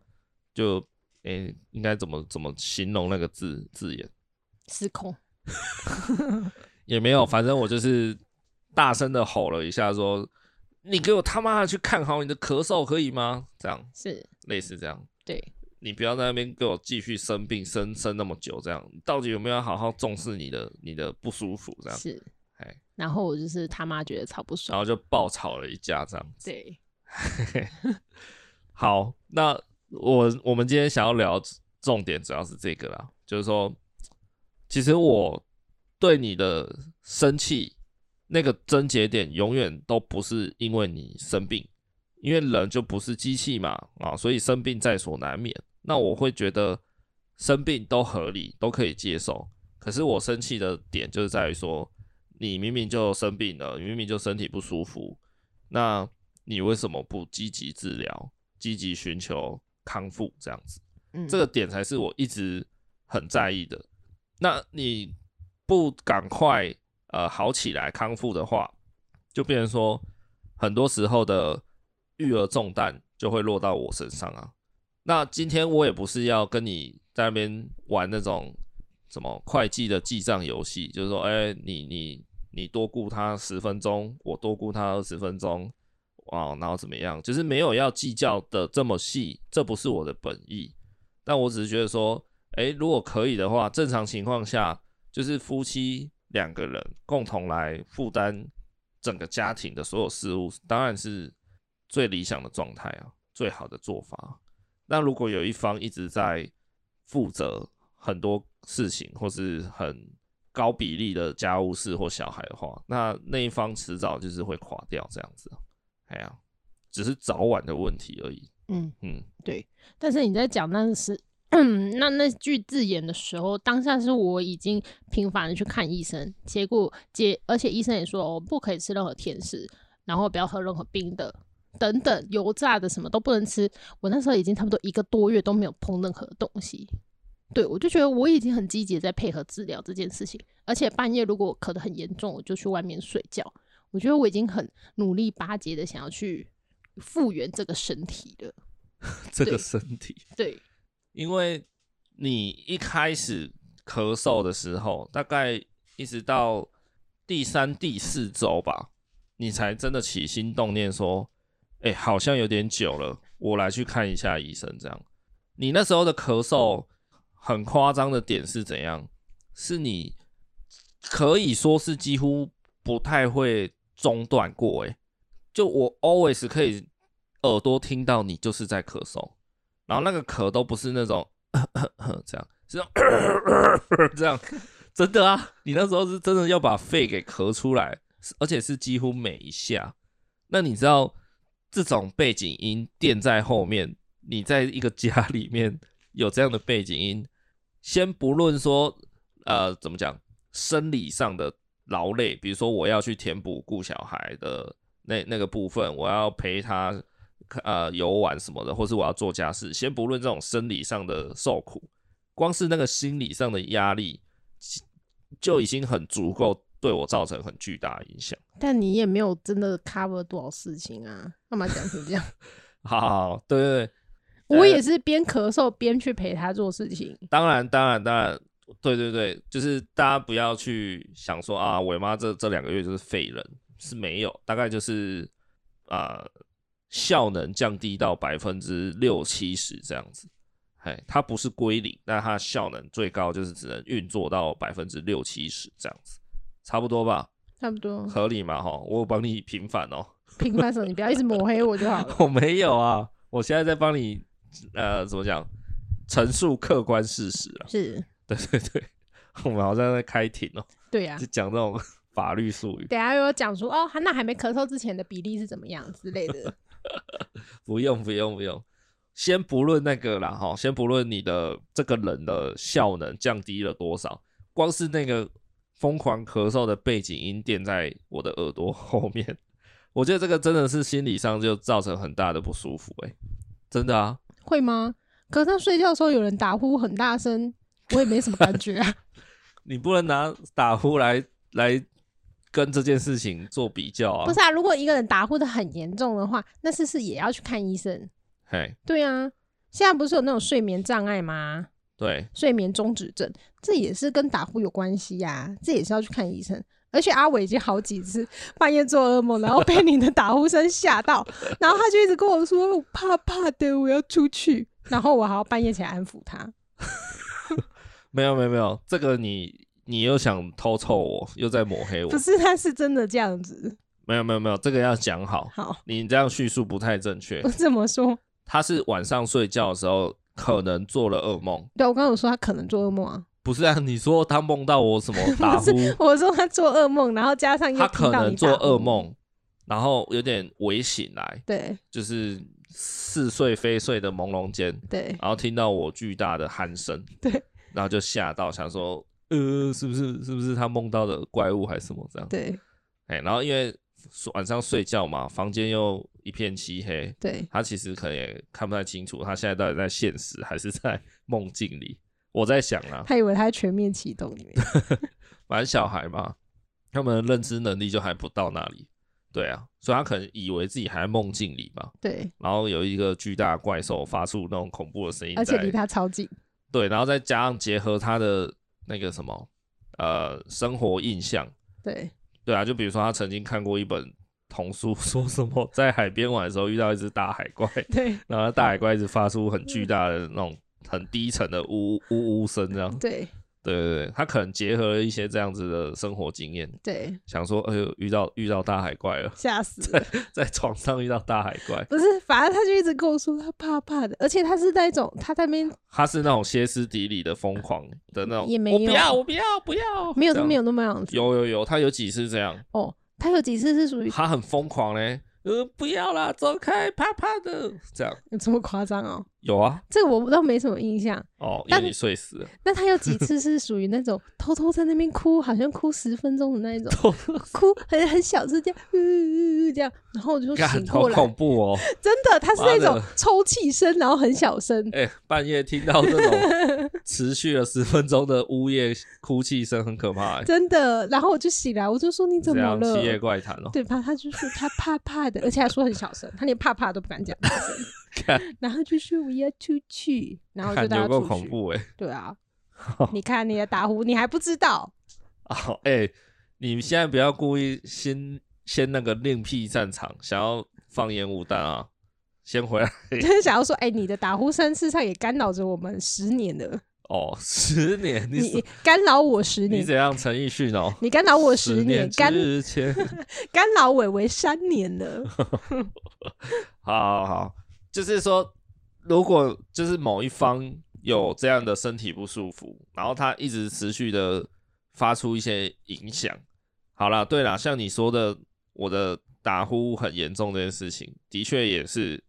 A: 就诶、应该怎么怎么形容那个字字眼？
B: 失控。
A: 也没有，反正我就是大声的吼了一下说，你给我他妈的去看好你的咳嗽可以吗？这样
B: 是，
A: 类似这样，
B: 对，
A: 你不要在那边给我继续生病生生那么久，这样你到底有没有好好重视你的你的不舒服这样？
B: 是。
A: 哎，
B: 然后我就是他妈觉得超不
A: 然
B: 爽。
A: 后就爆吵了一架这样。
B: 对，
A: 好，那我我们今天想要聊重点主要是这个啦，就是说，其实我对你的生气那个症结点，永远都不是因为你生病，因为人就不是机器嘛，啊，所以生病在所难免。那我会觉得生病都合理，都可以接受。可是我生气的点就是在于说，你明明就生病了，你明明就身体不舒服，那你为什么不积极治疗、积极寻求康复？这样子，
B: 嗯，
A: 这个点才是我一直很在意的。那你不赶快呃好起来康复的话，就变成说，很多时候的育儿重担就会落到我身上啊。那今天我也不是要跟你在那边玩那种什么会计的记账游戏，就是说，哎、你你你多顾他十分钟，我多顾他二十分钟，哦，然后怎么样？就是没有要计较的这么细，这不是我的本意。但我只是觉得说，哎、如果可以的话，正常情况下就是夫妻两个人共同来负担整个家庭的所有事务，当然是最理想的状态啊，最好的做法。那如果有一方一直在负责很多事情，或是很高比例的家务事或小孩的话，那那一方迟早就是会垮掉这样子啊。哎呀，只是早晚的问题而已。
B: 嗯，
A: 嗯，
B: 但是你在讲那是 那那句字眼的时候，当下是我已经频繁的去看医生，结果结而且医生也说哦，不可以吃任何甜食，然后不要喝任何冰的，等等油炸的什么都不能吃。我那时候已经差不多一个多月都没有碰任何东西。对，我就觉得我已经很积极地在配合治疗这件事情，而且半夜如果我咳得很严重，我就去外面睡觉。我觉得我已经很努力巴结的想要去复原这个身体了。
A: 这个
B: 对
A: 身体，
B: 对，
A: 因为你一开始咳嗽的时候，大概一直到第三、第四周吧，你才真的起心动念说，哎、好像有点久了，我来去看一下医生。这样，你那时候的咳嗽很夸张的点是怎样？是你可以说是几乎不太会中断过、欸，就我 always 可以耳朵听到你就是在咳嗽。然后那个咳都不是那种 这样，是那种 这样，真的啊！你那时候是真的要把肺给咳出来，是而且是几乎每一下。那你知道这种背景音垫在后面，你在一个家里面有这样的背景音，先不论说呃怎么讲生理上的劳累，比如说我要去填补顾小孩的那那个部分，我要陪他呃游玩什么的，或是我要做家事，先不论这种生理上的受苦，光是那个心理上的压力其就已经很足够对我造成很巨大的影响。
B: 但你也没有真的 cover 多少事情啊，干嘛讲成这样？
A: 好好好，对对对，
B: 我也是边咳嗽边去陪他做事情。
A: 当然当然当然，对对对，就是大家不要去想说啊，伟妈这这两个月就是废人，是没有，大概就是啊、呃效能降低到百分之六七十这样子。哎，它不是归零，那它效能最高就是只能运作到百分之六七十这样子，差不多吧，
B: 差 不多，
A: 合理嘛？哈，我有帮你平反哦，
B: 平凡手，你不要一直抹黑我就好了。
A: 我没有啊，我现在在帮你，呃，怎么讲，陈述客观事实啊。
B: 是，
A: 对对 对，我们好像在开庭哦、
B: 对呀、啊
A: 就。讲这种法律术语。
B: 等一下又讲说哦，那还没咳嗽之前的比例是怎么样之类的。
A: 不用不用不用，先不论那个啦哈，先不论你的这个人的效能降低了多少，光是那个疯狂咳嗽的背景音垫在我的耳朵 后面，我觉得这个真的是心理上就造成很大的不舒服诶、真的啊，
B: 会吗？可是睡觉的时候有人打呼很大声，我也没什么感觉啊。
A: 你不能拿打呼来来跟这件事情做比较啊，
B: 不是啊，如果一个人打呼的很严重的话，那是不是也要去看医生？
A: 嘿，
B: 对啊，现在不是有那种睡眠障碍吗？
A: 对，
B: 睡眠中止症，这也是跟打呼有关系呀、这也是要去看医生。而且阿伟已经好几次半夜做噩梦，然后被你的打呼声吓到，然后他就一直跟我说我怕怕的，我要出去，然后我还要半夜起来安抚他。
A: 没有没有没有，这个你你又想偷臭我，又在抹黑我
B: 不，是，他是真的这样子。
A: 没有没有没有，这个要讲好，
B: 好，
A: 你这样叙述不太正确
B: 我。怎么说？
A: 他是晚上睡觉的时候可能做了噩梦，
B: 对我刚刚有说他可能做噩梦啊，
A: 不是啊？你说他梦到我什么打 呼？
B: 我说他做噩梦，然后加上又
A: 他
B: 听
A: 可
B: 到
A: 能
B: 你
A: 做
B: 打呼
A: 噩，梦，然后有点微醒来，
B: 对
A: 就是似睡非睡的朦胧间，
B: 对
A: 然后听到我巨大的鼾声，
B: 对，
A: 然后就吓到，想说呃，是不是是不是他梦到的怪物还是什么这样？
B: 对
A: 哎、然后因为晚上睡觉嘛，房间又一片漆黑，
B: 对，
A: 他其实可能也看不太清楚，他现在到底在现实还是在 梦境里。我在想啊，
B: 他以为他在全面启动里面，
A: 反正小孩嘛，他们的认知能力就还不到那里，对啊，所以他可能以为自己还在梦境里吧。
B: 对，
A: 然后有一个巨大的怪兽发出那种恐怖的声音在，
B: 而且离他超近，
A: 对，然后再加上结合他的那个什么呃生活印象，
B: 对
A: 对啊，就比如说他曾经看过一本童书， 说什么在海边玩的时候遇到一只大海怪，
B: 对
A: 然后大海怪一直发出很巨大的那种很低沉的呜呜呜声，这样。
B: 对
A: 对对对，他可能结合了一些这样子的生活经验，
B: 对，
A: 想说，哎呦，遇到遇到大海怪了，
B: 吓死了。
A: 在床上遇到大海怪，
B: 不是，反正他就一直跟我说他怕怕的，而且他是那种他在那边
A: 他是那种歇斯底里的疯狂的那种，
B: 也没
A: 我不
B: 有
A: 要，我不要，不要，
B: 没有
A: 这
B: 都
A: 样
B: 没有那么样子
A: 有有有，他有几次这样，
B: 哦，他有几次是属于
A: 他很疯狂嘞，呃，不要啦，走开，怕怕的，这样
B: 有这么夸张哦？
A: 有啊，
B: 这个我倒没什么印象。
A: 哦，因
B: 但
A: 为你睡死了，
B: 那他有几次是属于 那种偷偷在那边哭，好像哭十分钟的那一种，
A: 偷
B: 哭很很小声这样，呜呜呜这样，然后我就
A: 干
B: 醒
A: 好
B: 过来，
A: 恐怖 哦！
B: 真的，他是
A: 妈
B: 那
A: 的
B: 种抽泣声，然后很 小声，
A: 哎、半夜听到这种持续了十分钟的呜咽哭泣声，很可 怕、欸。
B: 真的，然后我就醒来，我就说你怎
A: 这
B: 么
A: 样
B: 了
A: 七？夜怪谈哦、
B: 对吧？他就说他怕怕的，而且还说很小声，他连怕怕都不敢讲大
A: 看
B: 声。然后就说我要出去，然后就
A: 看
B: 带他
A: 有够
B: 出
A: 恐
B: 去。
A: 怖哎、
B: 对啊，你看你的打呼，你还不知道，
A: 哦，哎、你现在不要故意先先那个另辟战场，想要放烟雾弹啊，先回来
B: 就是想要说，哎、你的打呼声事实上也干扰着我们十年了，
A: 哦，十年，你
B: 你
A: 是
B: 干扰我十
A: 你
B: 年，
A: 怎样？陈奕迅哦，
B: 你干扰我十
A: 十
B: 年，干
A: 之前，
B: 干扰伟伟三年 了。
A: 好好好，就是说，如果就是某一方有这样的身体不舒服，然后他一直持续的发出一些影响。好啦，对啦，像你说的，我的打呼很严重这件事情，的确也是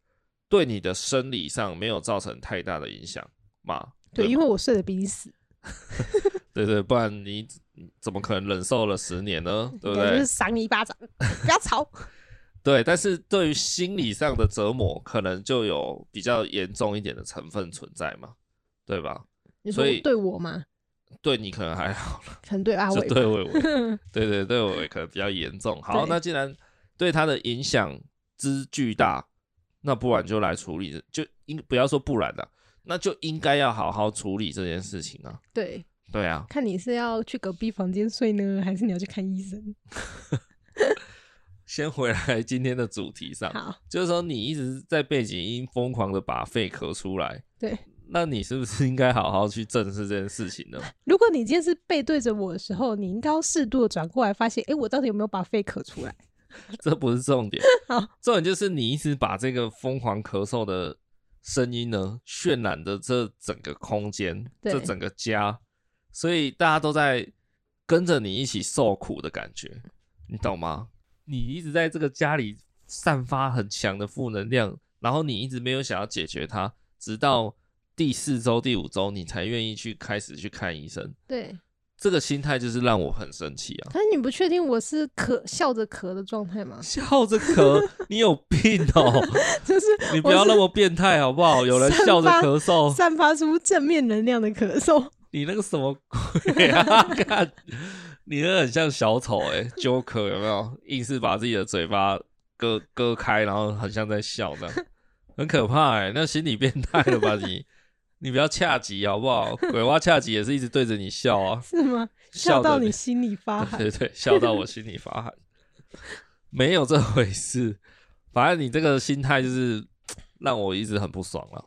A: 对你的生理上没有造成太大的影响嘛。
B: 对，因
A: 吗
B: 为我睡得比你死，
A: 对对，不然你怎么可能忍受了十年呢？对不
B: 感觉
A: 对
B: 就是？赏你一巴掌，不要吵。
A: 对，但是对于心理上的折磨，可能就有比较严重一点的成分存在嘛，对吧？
B: 你说
A: 所以
B: 对我吗？
A: 对你可能还好，
B: 可能对阿
A: 就
B: 伟吧，
A: 对伟 伟，对对对伟伟可能比较严重。好，
B: 对
A: 那既然对他的影响之巨大，那不然就来处理，就应不要说不然了，那就应该要好好处理这件事情啊。
B: 对，
A: 对啊，
B: 看你是要去隔壁房间睡呢，还是你要去看医生？
A: 先回来今天的主题上，
B: 好，
A: 就是说你一直在背景音疯狂的把肺咳出来，
B: 对。
A: 那你是不是应该好好去正视这件事情 呢？
B: 如果你今天是背对着我的时候，你应该要适度的转过来，发现，哎、我到底有没有把肺咳出来？
A: 这不是重点
B: 好，
A: 重点就是你一直把这个疯狂咳嗽的声音呢，渲染的这整个空间，
B: 对
A: 这整个家，所以大家都在跟着你一起受苦的感觉，你懂吗？你一直在这个家里散发很强的负能量，然后你一直没有想要解决它，直到第四周、第五周，你才愿意去开始去看医生。
B: 对，
A: 这个心态就是让我很生气啊！？
B: 可是你不确定我是咳笑着咳的状态吗
A: 笑着咳，你有病哦！
B: 就是
A: 你不要那么哦变态好不好？有人笑着咳嗽，
B: 散发出正面能量的咳嗽，
A: 你那个什么鬼啊？看，你那个很像小丑哎、欸、，Joker 有没有？硬是把自己的嘴巴割割开，然后很像在笑这样，很可怕哎、那心理变态了吧你？你不要恰吉好不好？鬼娃恰吉也是一直对着你笑啊，
B: 是吗？
A: 笑
B: 笑
A: 得
B: 到你心里发寒。
A: 对对对，笑到我心里发寒。没有这回事，反正你这个心态就是让我一直很不爽了。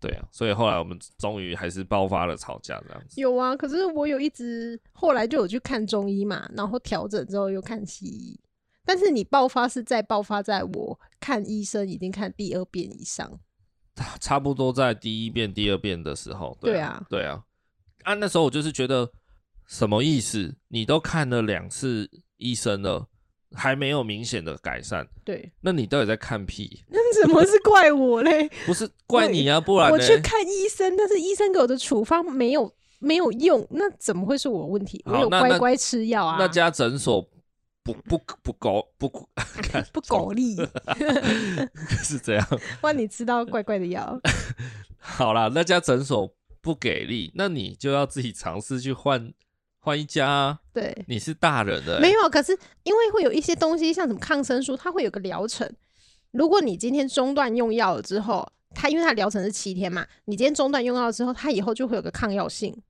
A: 对啊，所以后来我们终于还是爆发了吵架这样子。
B: 有啊，可是我有一直后来就有去看中医嘛，然后调整之后又看西医。但是你爆发是在爆发在我看医生已经看第二遍以上，
A: 差不多在第一遍、第二遍的时候，对啊，对啊，啊，那时候我就是觉得什么意思？你都看了两次医生了，还没有明显的改善，
B: 对，
A: 那你到底在看屁？
B: 那怎么是怪 我嘞？
A: 不是怪你啊， 不然
B: 我
A: 呢？
B: 去看医生，但是医生给我的处方没有没有用，那怎么会是我的问题？
A: 好
B: 我有
A: 那
B: 乖
A: 那
B: 乖吃药啊，
A: 那 家诊所不不不狗不看
B: 不苟利，
A: 是这样。
B: 万你吃到怪怪的 药。
A: 好啦，那家诊所不给力，那你就要自己尝试去换换一家、啊。
B: 对，
A: 你是大人的、欸，
B: 没有，啊可是因为会有一些东西，像什么抗生素，它会有个疗程。如果你今天中断用药了之后，它因为它疗程是七天嘛，你今天中断用药之后，它以后就会有个抗药性。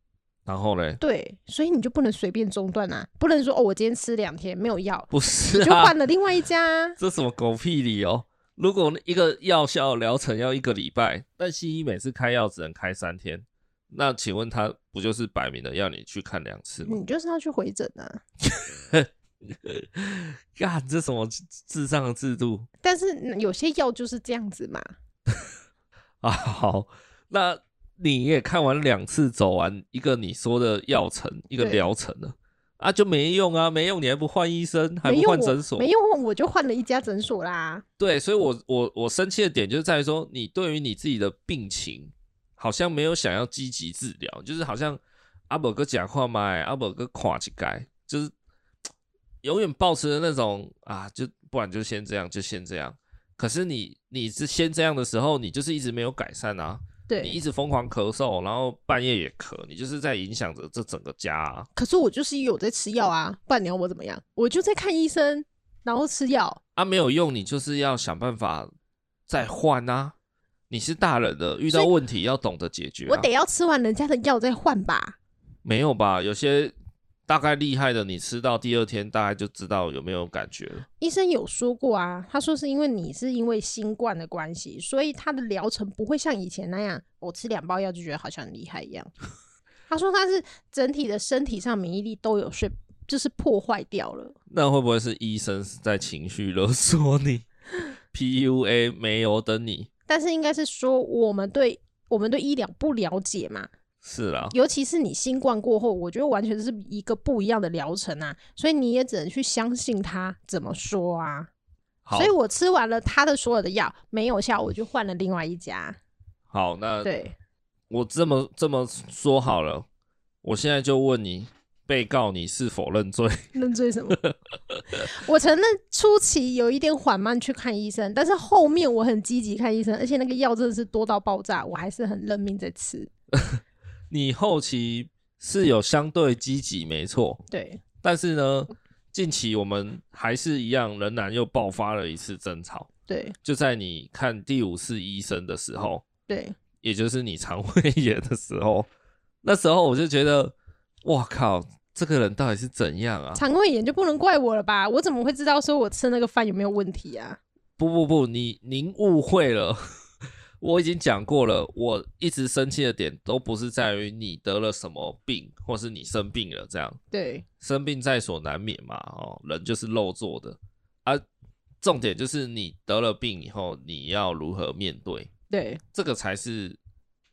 A: 然后嘞，
B: 对，所以你就不能随便中断啊，不能说哦，我今天吃两天没有药，
A: 不是
B: 你就
A: 啊
B: 换，了另外一家啊、
A: 这什么狗屁理由？如果一个药效疗程要一个礼拜，但西医每次开药只能开三天，那请问他不就是摆明了要你去看两次吗？
B: 你就是要去回诊啊。嗯
A: 干、这什么智智障的制度？
B: 但是嗯有些药就是这样子嘛，
A: 啊，好，那你也看完两次，走完一个你说的药程，一个
B: 对
A: 疗程了，啊，就没用啊，没用，你还不换医生，还
B: 没
A: 不
B: 用
A: 换
B: 我
A: 诊所
B: 没，用我就换了一家诊所啦。
A: 对，所以我我我生气的点就是在于说，你对于你自己的病情好像没有想要积极治疗，就是好像阿伯哥讲话嘛，阿伯哥垮起盖，就是永远保持着那种啊，就不然就先这样，就先这样。可是你你是先这样的时候，你就是一直没有改善啊，你一
B: 对，
A: 直疯狂咳嗽，然后半夜也咳，你就是在影响着这整个家、啊。
B: 可是我就是有在吃药啊，不然你要我怎么样？我就在看医生，然后吃药。
A: 啊，没有用，你就是要想办法再换啊。你是大人的，遇到问题要懂得解决、啊。
B: 我得要吃完人家的药再换吧。
A: 没有吧？有些大概厉害的，你吃到第二天大概就知道有没有感觉了。
B: 医生有说过啊，他说是因为你是因为新冠的关系，所以他的疗程不会像以前那样，我吃两包药就觉得好像很厉害一 样。他说他是整体的身体上免疫力都有睡，就是破坏掉了。
A: 那会不会是医生是在情绪勒索你 ？PUA 没有等你
B: 但是应该是说我们对我们对医疗不了解嘛，
A: 是啦，
B: 尤其是你新冠过后，我觉得完全是一个不一样的疗程啊，所以你也只能去相信他怎么说啊。
A: 好
B: 所以我吃完了他的所有的药没有效，我就换了另外一家。
A: 好，那
B: 对，
A: 我这么这么说好了，我现在就问你，被告你是否认罪？
B: 认罪什么？ 我承认初期有一点缓慢去看医生，但是后面我很积极看医生，而且那个药真的是多到爆炸，我还是很认命在吃。
A: 你后期是有相对积极，没错，
B: 对，
A: 但是呢，近期我们还是一样，仍然又爆发了一次争吵，
B: 对，
A: 就在你看第五次医生的时候，
B: 对，
A: 也就是你肠胃炎的时候，那时候我就觉得，哇靠，这个人到底是怎样啊？
B: 肠胃炎就不能怪我了吧？我怎么会知道说我吃那个饭有没有问题啊？
A: 不不不，你您误会了。 我已经讲过了，我一直生气的点都不是在于你得了什么病，或是你生病了这样，
B: 对，
A: 生病在所难免嘛，哦，人就是肉做的啊。重点就是你得了病以后，你要如何面对，
B: 对，
A: 这个才是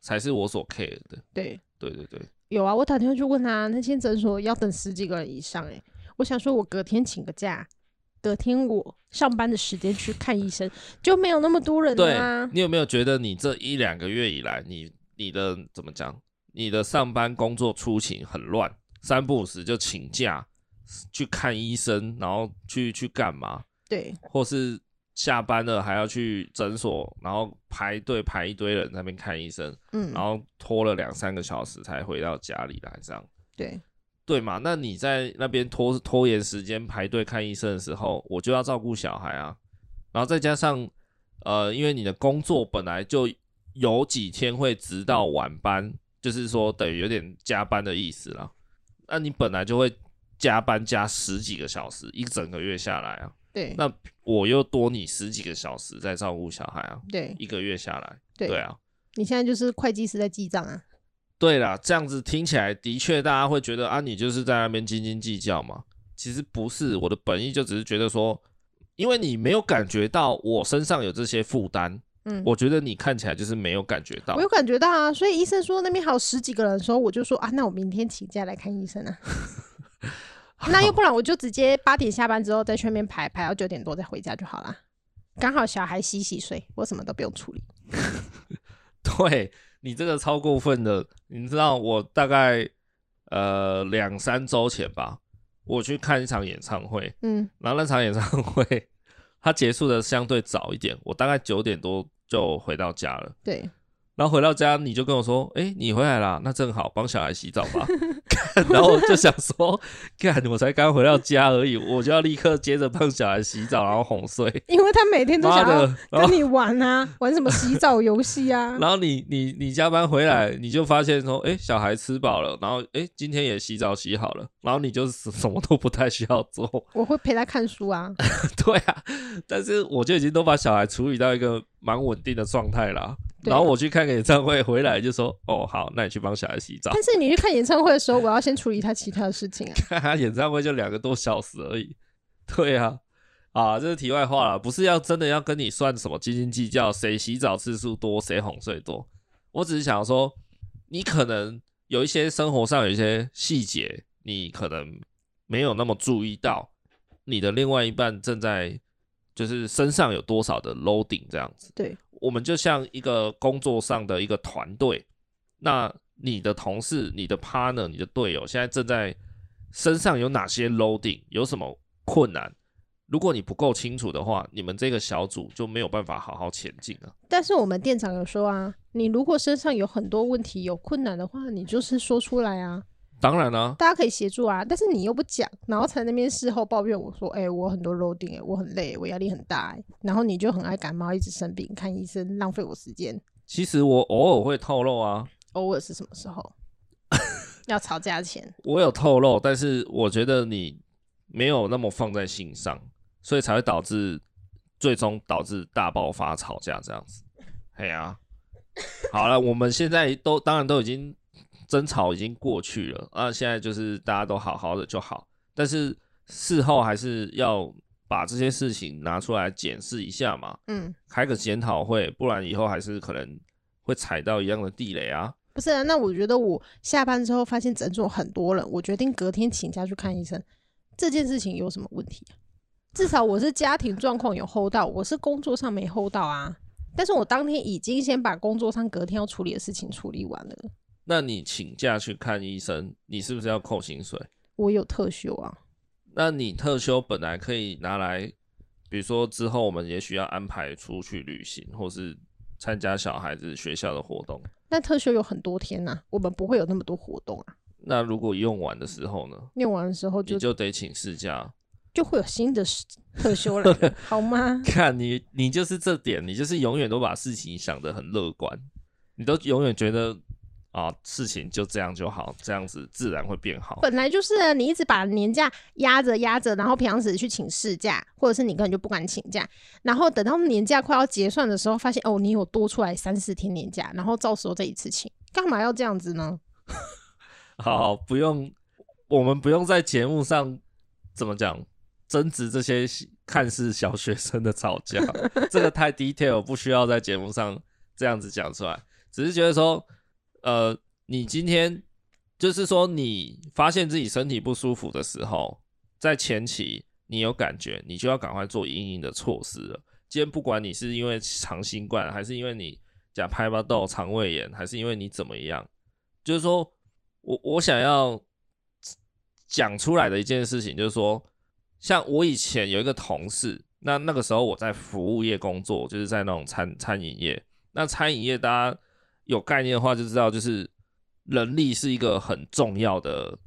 A: 才是我所 care 的。
B: 对，
A: 对对对，
B: 有啊，我打电话去问他，那间诊所要等十几个人以上哎、我想说，我隔天请个假，隔天我上班的时间去看医生，就没有那么多人
A: 对
B: 啦、啊。
A: 你有没有觉得你这一两个月以来，你你的怎么讲？你的上班工作出勤很乱，三不五时就请假去看医生，然后去去干嘛？
B: 对
A: 或是下班了还要去诊所，然后排队排一堆人在那边看医生，
B: 嗯
A: 然，后拖了两三个小时才回到家里来，这样
B: 对
A: 对嘛？那你在那边拖拖延时间排队看医生的时候，我就要照顾小孩啊，然后再加上呃，因为你的工作本来就有几天会值到晚班，就是说等于有点加班的意思啦。那你本来就会加班加十几个小时，一整个月下来啊，
B: 对
A: 那我又多你十几个小时在照顾小孩啊，
B: 对
A: 一个月下来，
B: 对
A: 对啊。
B: 你现在就是会计师在记账啊？
A: 对啦，这样子听起来的确大家会觉得啊，你就是在那边斤斤计较嘛。其实不是，我的本意就只是觉得说，因为你没有感觉到我身上有这些负担，
B: 嗯，
A: 我觉得你看起来就是没有感觉到
B: 我。有感觉到啊，所以医生说那边还有十几个人的时候，我就说啊，那我明天请假来看医生啊。那又不然我就直接八点下班之后在那边排排到九点多再回家就好啦。刚好小孩洗洗睡，我什么都不用处理。
A: 对你这个超过分的，你知道我大概呃两三周前吧，我去看一场演唱会，
B: 嗯，
A: 然后那场演唱会 它结束的相对早一点，我大概九点多就回到家了。
B: 对，
A: 然后回到家，你就跟我说：“哎、你回来啦，那正好帮小孩洗澡吧。 干”然后我就想说：“ 干，我才刚回到家而已，我就要立刻接着帮小孩洗澡，然后哄 睡。
B: 因为他每天都
A: 妈
B: 想要
A: 的！然后
B: 跟你玩啊，玩什么洗澡游戏
A: ，
B: 啊
A: 然后你你你加班回来，你就发现说：“哎、小孩吃饱了，然后哎、今天也洗澡洗好了。”然后你就什什么都不太需要做。
B: 我会陪他看书啊。
A: 对啊，但是我就已经都把小孩处理到一个蛮稳定的状态啦。
B: 对啊
A: 然后我去看个演唱会回来就说：“哦，好，那你去帮小孩洗澡。”
B: 但是你去看演唱会的时候，我要先处理他其他的事情啊。
A: 看他演唱会就两个多小时而已。对啊，啊，这是题外话了，不是要真的要跟你算什么斤斤计较，谁洗澡次数多，谁哄睡多。我只是想说，你可能有一些生活上有一些细节，你可能没有那么注意到你的另外一半正在就是身上有多少的 loading 这样子。
C: 对，
A: 我们就像一个工作上的一个团队，那你的同事、你的 partner、你的队友现在正在身上有哪些 loading，有什么困难？如果你不够清楚的话，你们这个小组就没有办法好好前进啊。
B: 但是我们店长有说啊，你如果身上有很多问题、有困难的话，你就是说出来啊，
A: 当然啦、
B: 大家可以协助啊。但是你又不讲，然后才那边事后抱怨我说，哎、我很多 loading，哎、我很累，我压力很大、哎，然后你就很爱感冒，一直生病，看医生，浪费我时间。
A: 其实我偶尔会透露啊，
B: 偶尔是什么时候？要吵架前，
A: 我有透露，但是我觉得你没有那么放在心上，所以才会导致最终导致大爆发吵架这样子。哎呀、好了，我们现在都当然都已经争吵已经过去了啊，现在就是大家都好好的就好，但是事后还是要把这些事情拿出来检视一下嘛，
B: 嗯，
A: 开个检讨会，不然以后还是可能会踩到一样的地雷啊。
B: 不是、啊，那我觉得我下班之后发现诊所很多人，我决定隔天请假去看医生，这件事情有什么问题啊、至少我是家庭状况有 hold 到，我是工作上没 hold 到啊。但是我当天已经先把工作上隔天要处理的事情处理完了，
A: 那你请假去看医生，你是不是要扣薪水？
B: 我有特休啊，
A: 那你特休本来可以拿来，比如说之后我们也许要安排出去旅行，或是参加小孩子学校的活动。
B: 那特休有很多天呐、我们不会有那么多活动啊。
A: 那如果用完的时候呢，
B: 念完的时候
A: 你
B: 就就
A: 就得请事假。
B: 会有新的事特 休来了，好吗？
A: 看你，你就是这点，你就是永远都把事情想得很乐观，你都永远觉得啊，事情就这样就好，这样子自然会变好。
B: 本来就是啊你一直把年假压着压着，然后平常时去请事假，或者是你根本就不敢请假，然后等到年假快要结算的时候，发现哦，你有多出来三四天年假，然后到时候再一次请，干嘛要这样子呢？
A: 好，不用，我们不用在节目上怎么讲争执这些看似小学生的吵架，这个太 detail，不需要在节目上这样子讲出来。只是觉得说，呃，你今天就是说你发现自己身体不舒服的时候，在前期你有感觉，你就要赶快做阴影的措施了。今天不管你是因为长新冠，还是因为你讲拍巴豆、肠胃炎，还是因为你怎么样，就是说我我想要讲出来的一件事情，就是说，像我以前有一个同事，那那个时候我在服务业工作，就是在那种餐餐饮业。那餐饮业大家有概念的话，就知道就是人力是一个很重要的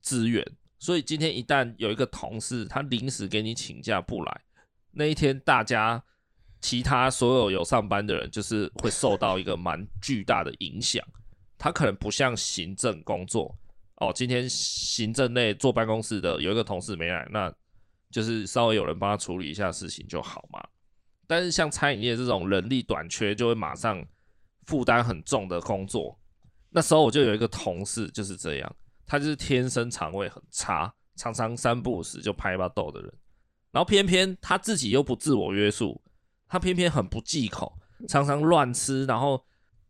A: 资源，所以今天一旦有一个同事他临时给你请假不来，那一天大家其他所有有上班的人就是会受到一个蛮巨大的影响。他可能不像行政工作哦，今天行政类坐办公室的有一个同事没来，那就是稍微有人帮他处理一下事情就好嘛。但是像餐饮业这种人力短缺，就会马上负担很重的工作。那时候我就有一个同事就是这样，他就是天生肠胃很差，常常三不五时就拍巴豆的人。然后偏偏他自己又不自我约束，他偏偏很不忌口，常常乱吃，然后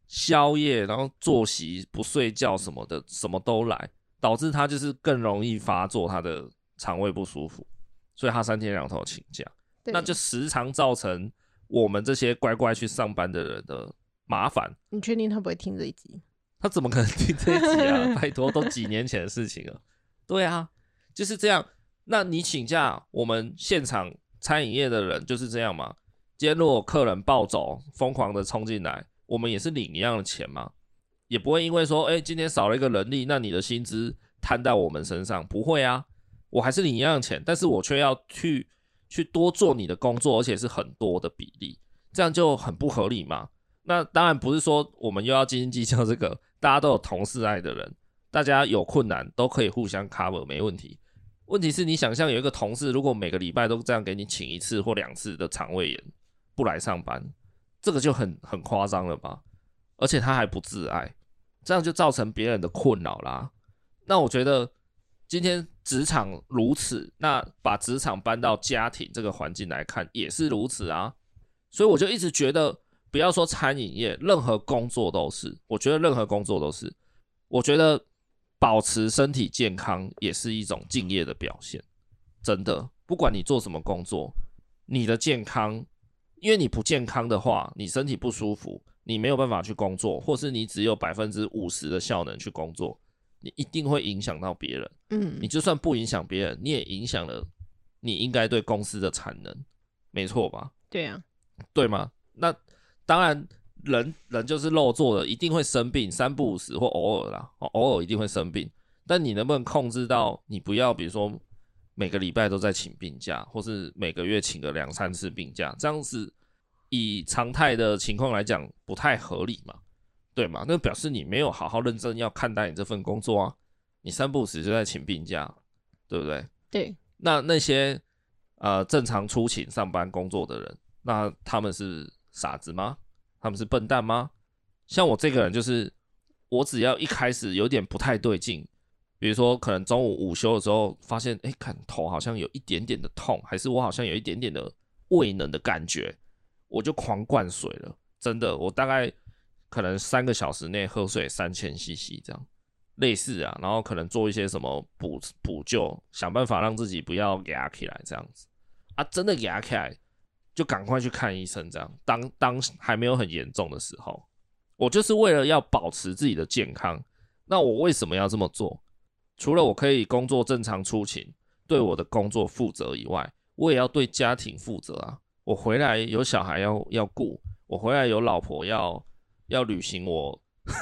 A: 宵夜，然后作息不睡觉什么的，什么都来，导致他就是更容易发作他的肠胃不舒服，所以他三天两头请假。
B: 对
A: 那就时常造成我们这些乖乖去上班的人的麻烦。
B: 你确定他不会听这一集？
A: 他怎么可能听这一集啊？ 拜托，都几年前的事情了。对啊，就是这样。那你请假，我们现场餐饮业的人就是这样嘛。今天如果客人暴走，疯狂的冲进来，我们也是领一样的钱嘛，也不会因为说，哎、今天少了一个人力，那你的薪资摊到我们身上，不会啊。我还是领一样的钱，但是我却要去去多做你的工作，而且是很多的比例，这样就很不合理嘛。那当然不是说我们又要斤斤计较这个，大家都有同事爱的人，大家有困难都可以互相 cover，没问题。问题是你想象有一个同事，如果每个礼拜都这样给你请一次或两次的肠胃炎，不来上班，这个就很很夸张了吧？而且他还不自爱，这样就造成别人的困扰啦。那我觉得今天职场如此，那把职场搬到家庭这个环境来看也是如此啊。所以我就一直觉得，不要说餐饮业，任何工作都是，我觉得任何工作都是，我觉得保持身体健康也是一种敬业的表现，真的。不管你做什么工作，你的健康，因为你不健康的话，你身体不舒服，你没有办法去工作，或是你只有百分之五十的效能去工作，你一定会影响到别人。你
B: 嗯，
A: 就算不影响别人，你也影响了你应该对公司的产能，没错吧？
B: 对啊，
A: 对吗？那当然人，人就是肉做的，一定会生病，三不五时或偶尔啦，哦偶尔一定会生病。但你能不能控制到你不要，比如说每个礼拜都在请病假，或是每个月请个两三次病假，这样子以常态的情况来讲不太合理嘛？对吗？那表示你没有好好认真要看待你这份工作啊，你三不五时就在请病假，对不对？
B: 对，
A: 那那些呃正常出勤上班工作的人，那他们是傻子吗？他们是笨蛋吗？像我这个人就是，我只要一开始有点不太对劲，比如说可能中午午休的时候发现，哎，看头好像有一点点的痛，还是我好像有一点点的胃冷的感觉，我就狂灌水了。真的，我大概可能三个小时内喝水三千 CC 这样。类似啊，然后可能做一些什么补补救，想办法让自己不要压起来这样子啊，真的压起来就赶快去看医生，这样当当还没有很严重的时候，我就是为了要保持自己的健康，那我为什么要这么做？除了我可以工作正常出勤，对我的工作负责以外，我也要对家庭负责啊。我回来有小孩要要顾，我回来有老婆要要履行我，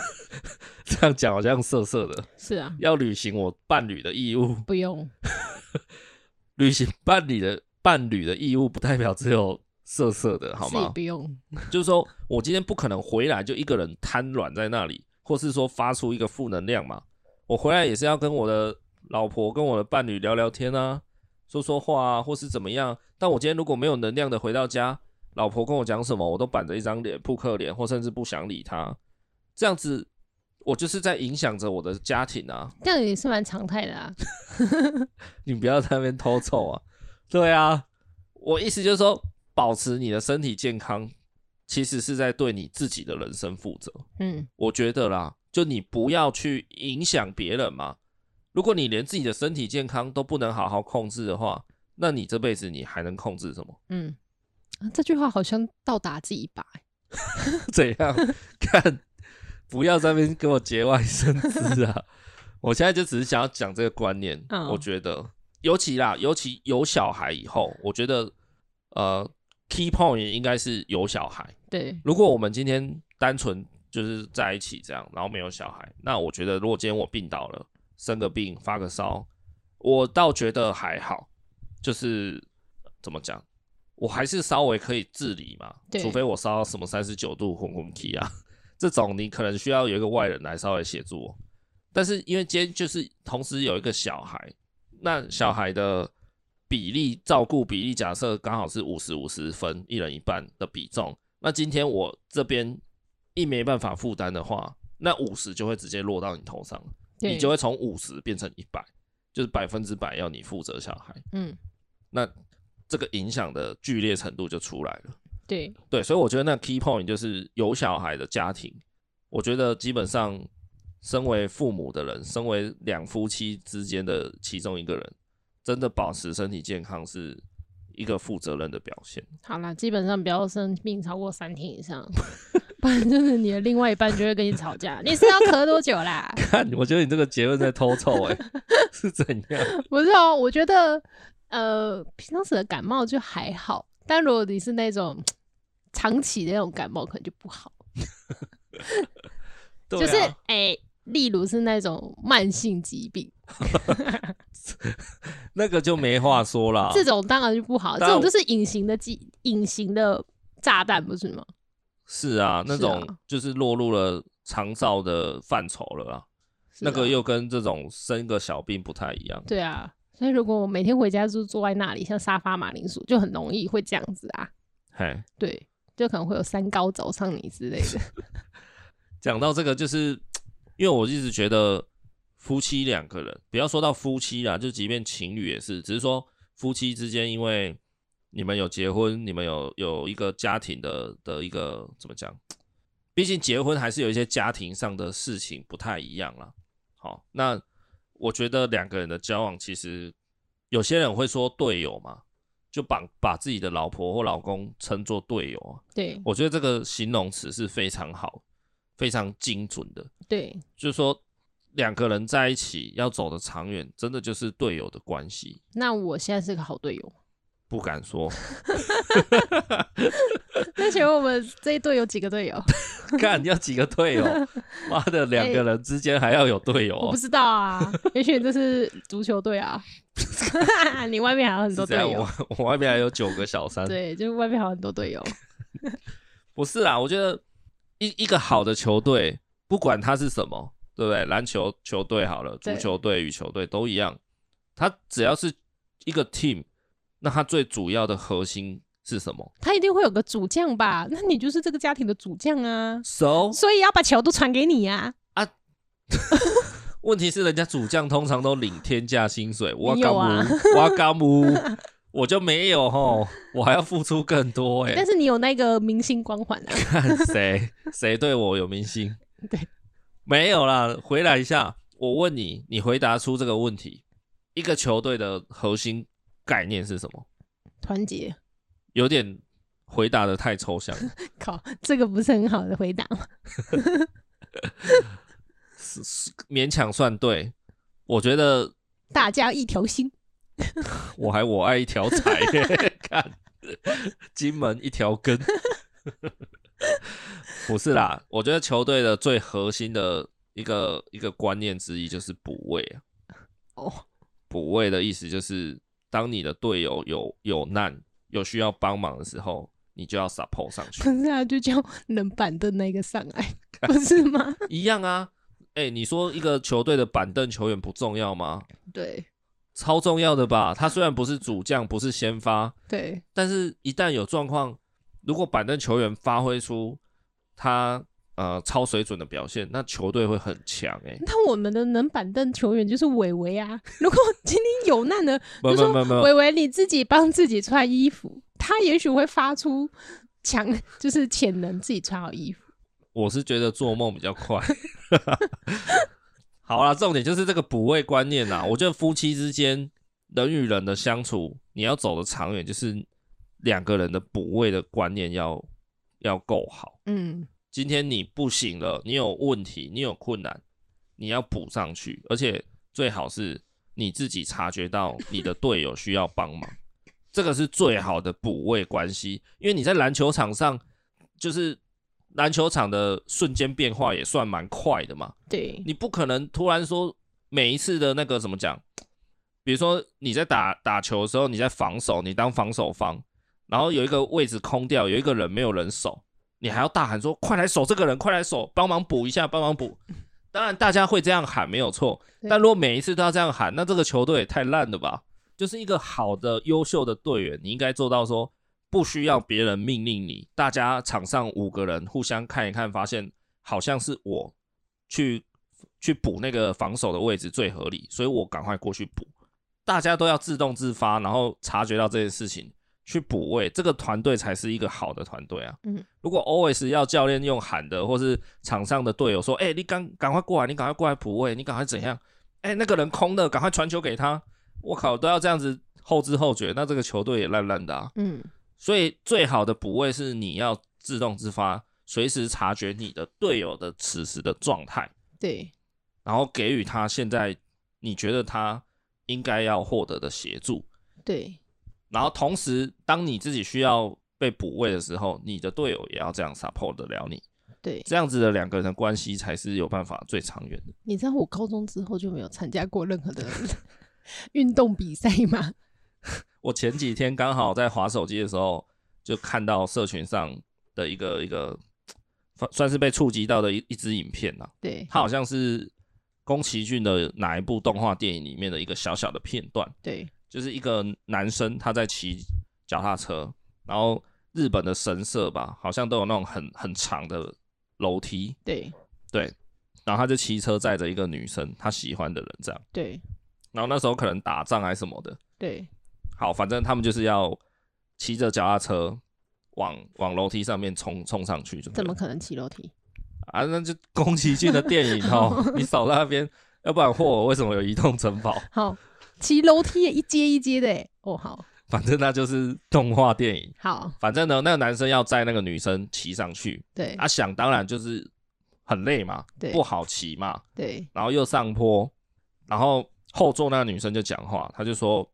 A: 这样讲好像色色的，
B: 是啊，
A: 要履行我伴侣的义务，
B: 不用，
A: 履行伴侣的伴侣的义务，不代表只有色色的，好
B: 自己
A: 吗
B: 不？用，
A: 就是说我今天不可能回来就一个人瘫软在那里，或是说发出一个负能量嘛。我回来也是要跟我的老婆、跟我的伴侣聊聊天啊，说说话啊，或是怎么样。但我今天如果没有能量的回到家，老婆跟我讲什么，我都板着一张脸、扑克脸，或甚至不想理她。这样子，我就是在影响着我的家庭啊。
B: 这样也是蛮常态的啊。
A: 你不要在那边偷臭啊！对啊，我意思就是说，保持你的身体健康，其实是在对你自己的人生负责。
B: 嗯，
A: 我觉得啦，就你不要去影响别人嘛。如果你连自己的身体健康都不能好好控制的话，那你这辈子你还能控制什么？
B: 嗯，啊这句话好像倒打自己一把欸、
A: 怎样？ 看，不要在那边给我节外生枝啊！ 我现在就只是想要讲这个观念。
B: 嗯
A: 我觉得，尤其啦，尤其有小孩以后，我觉得，呃，key point 应该是有小孩。
B: 对，
A: 如果我们今天单纯就是在一起这样，然后没有小孩，那我觉得如果今天我病倒了，生个病发个烧，我倒觉得还好，就是怎么讲，我还是稍微可以自理嘛，
B: 对
A: 除非我烧到什么三十九度红红体啊，这种你可能需要有一个外人来稍微协助我。但是因为今天就是同时有一个小孩，那小孩的比例照顾比例假设刚好是五十五十分，一人一半的比重。那今天我这边一没办法负担的话，那五十就会直接落到你头上，
B: 对
A: 你就会从五十变成一百，就是百分之百要你负责小孩。
B: 嗯，
A: 那这个影响的剧烈程度就出来了。
B: 对，
A: 对，所以我觉得那 key point 就是有小孩的家庭，我觉得基本上身为父母的人，身为两夫妻之间的其中一个人，真的保持身体健康是一个负责任的表现。
B: 好啦，基本上不要生病超过三天以上， 不然就是你的另外一半就会跟你吵架。你是要咳多久啦？
A: 看，我觉得你这个结论在偷臭 哎、是怎样？
B: 不是哦，我觉得呃，平常时的感冒就还好，但如果你是那种长期的那种感冒，可能就不好。
A: 对
B: 就是
A: 啊
B: 哎、例如是那种慢性疾病，
A: 那个就没话说啦。
B: 这种当然就不好，这
A: 当然
B: 种就是隐形的疾，隐形的炸弹，不是吗？
A: 是啊，那
B: 是啊
A: 种就是落入了长照的范畴了啦。
B: 是
A: 那个
B: 啊
A: 又跟这种生个小病不太一样。
B: 对啊，所以如果我每天回家就坐在那里，像沙发马铃薯，就很容易会这样子啊。
A: 嘿，
B: 对，就可能会有三高找上你之类 的。
A: 讲到这个，就是因为我一直觉得夫妻两个人，不要说到夫妻啦，就即便情侣也是，只是说夫妻之间，因为你们有结婚，你们有有一个家庭的的一个怎么讲？毕竟结婚还是有一些家庭上的事情不太一样啦。好，那我觉得两个人的交往，其实有些人会说队友嘛，就把把自己的老婆或老公称作队友啊。
B: 对
A: 我觉得这个形容词是非常好、非常精准的，
B: 对
A: 就是说两个人在一起要走得长远，真的就是队友的关系。
B: 那我现在是个好队友。
A: 不敢说，
B: 那请问我们这一队有几个队友？
A: 看你要几个队友，妈的，两个人之间还要有队友、
B: 哎我
A: 哦
B: 不，知道啊，也许这是足球队 啊，你外面还有很多
A: 是这
B: 队
A: 样。
B: 友
A: 我。 我外面还有九个小三，
B: 对，就是外面还有很多队友。
A: 不是啦，我觉得一一个好的球队，不管它是什么，对不对？篮球球队好了，足
B: 对
A: 球队、羽球队都一样，它只要是一个 team，那它最主要的核心是什么
B: 他一定会有个主将吧？那你就是这个家庭的主将啊，
A: ？So，
B: 所以要把球都传给你啊呀、
A: 问题是人家主将通常都领天价薪水，我
B: 你有啊
A: 干姆，我干 姆，我就没有吼，我还要付出更多哎、
B: 但是你有那个明星光环啊，
A: 看谁谁对我有明星？
B: 对，
A: 没有啦。回来一下，我问你，你回答出这个问题：一个球队的核心概念是什么？
B: 团结。
A: 有点回答的太抽象了，
B: 靠，这个不是很好的回答哦吗？
A: 是是勉强算对。我觉得
B: 大家一条心，
A: 我还我爱一条财、耶看金门一条根。 不是啦，我觉得球队的最核心的一个一个观念之一就是补位啊。
B: 哦，
A: 补位的意思就是，当你的队友有有难、有需要帮忙的时候，你就要 support 上去
B: 不，是啊，就叫冷板凳那个上 来，不是吗？
A: 一样啊。哎、你说一个球队的板凳球员不重要吗？
B: 对
A: 超重要的吧。他虽然不是主将，不是先发，
B: 对，
A: 但是一旦有状况，如果板凳球员发挥出他呃超水准的表现，那球队会很强哎、
B: 那我们的冷板凳球员就是伟伟啊。如果今天有难了，
A: 没有
B: 就说
A: 没有没有
B: 伟伟你自己帮自己穿衣服，他也许会发出强，就是潜能自己穿好衣服。
A: 我是觉得做梦比较快。 好啦，重点就是这个补位观念啦。我觉得夫妻之间人与人的相处，你要走得长远，就是两个人的补位的观念要要够好。
B: 嗯，
A: 今天你不行了，你有问题，你有困难，你要补上去，而且最好是你自己察觉到你的队友需要帮忙， 这个是最好的补位关系。因为你在篮球场上，就是篮球场的瞬间变化也算蛮快的嘛，
B: 对，
A: 你不可能突然说每一次的那个怎么讲？比如说你在打打球的时候，你在防守，你当防守方，然后有一个位置空掉，有一个人没有人守，你还要大喊说：“快来守这个人，快来守，帮忙补一下，帮忙补。”当然，大家会这样喊没有错，
B: 对
A: 但如果每一次都要这样喊，那这个球队也太烂了吧？就是一个好的、优秀的队员，你应该做到说，不需要别人命令你，大家场上五个人互相看一看，发现好像是我去去补那个防守的位置最合理，所以我赶快过去补。大家都要自动自发，然后察觉到这件事情去补位，这个团队才是一个好的团队啊。
B: 嗯，
A: 如果 always 要教练用喊的，或是场上的队友说：“哎、你赶赶快过来，你赶快过来补位，你赶快怎样？哎、那个人空的，赶快传球给他。”我靠，都要这样子后知后觉，那这个球队也烂烂的啊。
B: 嗯，
A: 所以最好的补位是你要自动自发，随时察觉你的队友的此时的状态，
B: 对，
A: 然后给予他现在你觉得他应该要获得的协助。
B: 对，
A: 然后同时，当你自己需要被补位的时候，你的队友也要这样 support 得了你，
B: 对。
A: 这样子的两个人的关系才是有办法最长远的。
B: 你知道我高中之后就没有参加过任何的 运动比赛吗？
A: 我前几天刚好在划手机的时候，就看到社群上的一个一个算算是被触及到的一一支影片啊啦、
B: 对
A: 它好像是宫崎骏的哪一部动画电影里面的一个小小的片段，
B: 对
A: 就是一个男生他在骑脚踏车，然后日本的神社吧，好像都有那种很很长的楼梯，
B: 对
A: 对，然后他就骑车载着一个女生，他喜欢的人这样，
B: 对
A: 然后那时候可能打仗还是什么的，
B: 对
A: 好，反正他们就是要骑着脚踏车往往楼梯上面冲冲上去就对了，
B: 怎么可能骑楼梯？
A: 啊，那就宫崎骏的电影哦，你扫到那边要不然霍尔为什么有移动城堡？
B: 好，骑楼梯耶一阶一阶的耶，哦，好
A: 反正那就是动画电影。
B: 好，
A: 反正呢，那个男生要载那个女生骑上去，
B: 对
A: 啊，想当然就是很累嘛
B: 对，
A: 不好骑嘛，
B: 对，
A: 然后又上坡，然后后座那个女生就讲话，她就说：“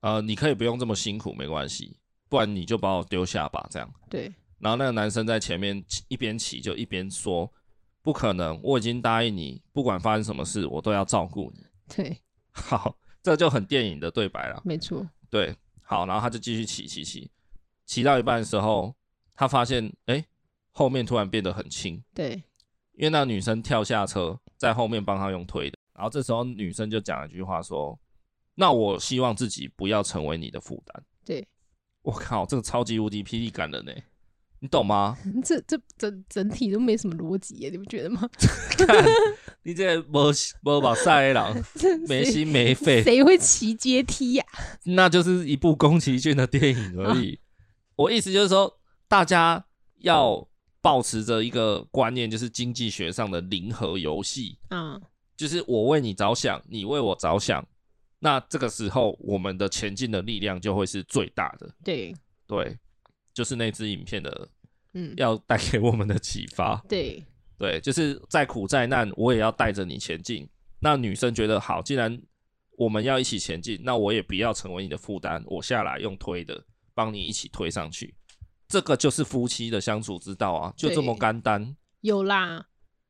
A: 呃，你可以不用这么辛苦，没关系，不然你就把我丢下吧。”这样，
B: 对，
A: 然后那个男生在前面骑一边骑就一边说：“不可能，我已经答应你，不管发生什么事，我都要照顾你。
B: 对，”
A: 好，这就很电影的对白了。
B: 没错，
A: 对，好，然后他就继续骑骑骑，骑到一半的时候，他发现哎，后面突然变得很轻，
B: 对，
A: 因为那女生跳下车，在后面帮他用推的。然后这时候女生就讲了一句话说：“那我希望自己不要成为你的负担。”
B: 对，
A: 我靠，这个超级无敌霹雳感人呢、你懂吗？
B: 这这整整体都没什么逻辑耶，你不觉得吗？
A: 看你这没没把赛人，没
B: 谁
A: 心没肺，
B: 谁会骑阶梯呀、
A: 那就是一部宫崎骏的电影而已。 我意思就是说，大家要保持着一个观念，就是经济学上的零和游戏，
B: 啊？
A: 就是我为你着想，你为我着想。那这个时候，我们的前进的力量就会是最大的。
B: 对，
A: 对，就是那支影片的
B: 嗯，
A: 要带给我们的启发。
B: 对，
A: 对，就是再苦再难，我也要带着你前进。那女生觉得好，既然我们要一起前进，那我也不要成为你的负担，我下来用推的，帮你一起推上去。这个就是夫妻的相处之道啊，就这么
B: 对
A: 干单，
B: 有啦。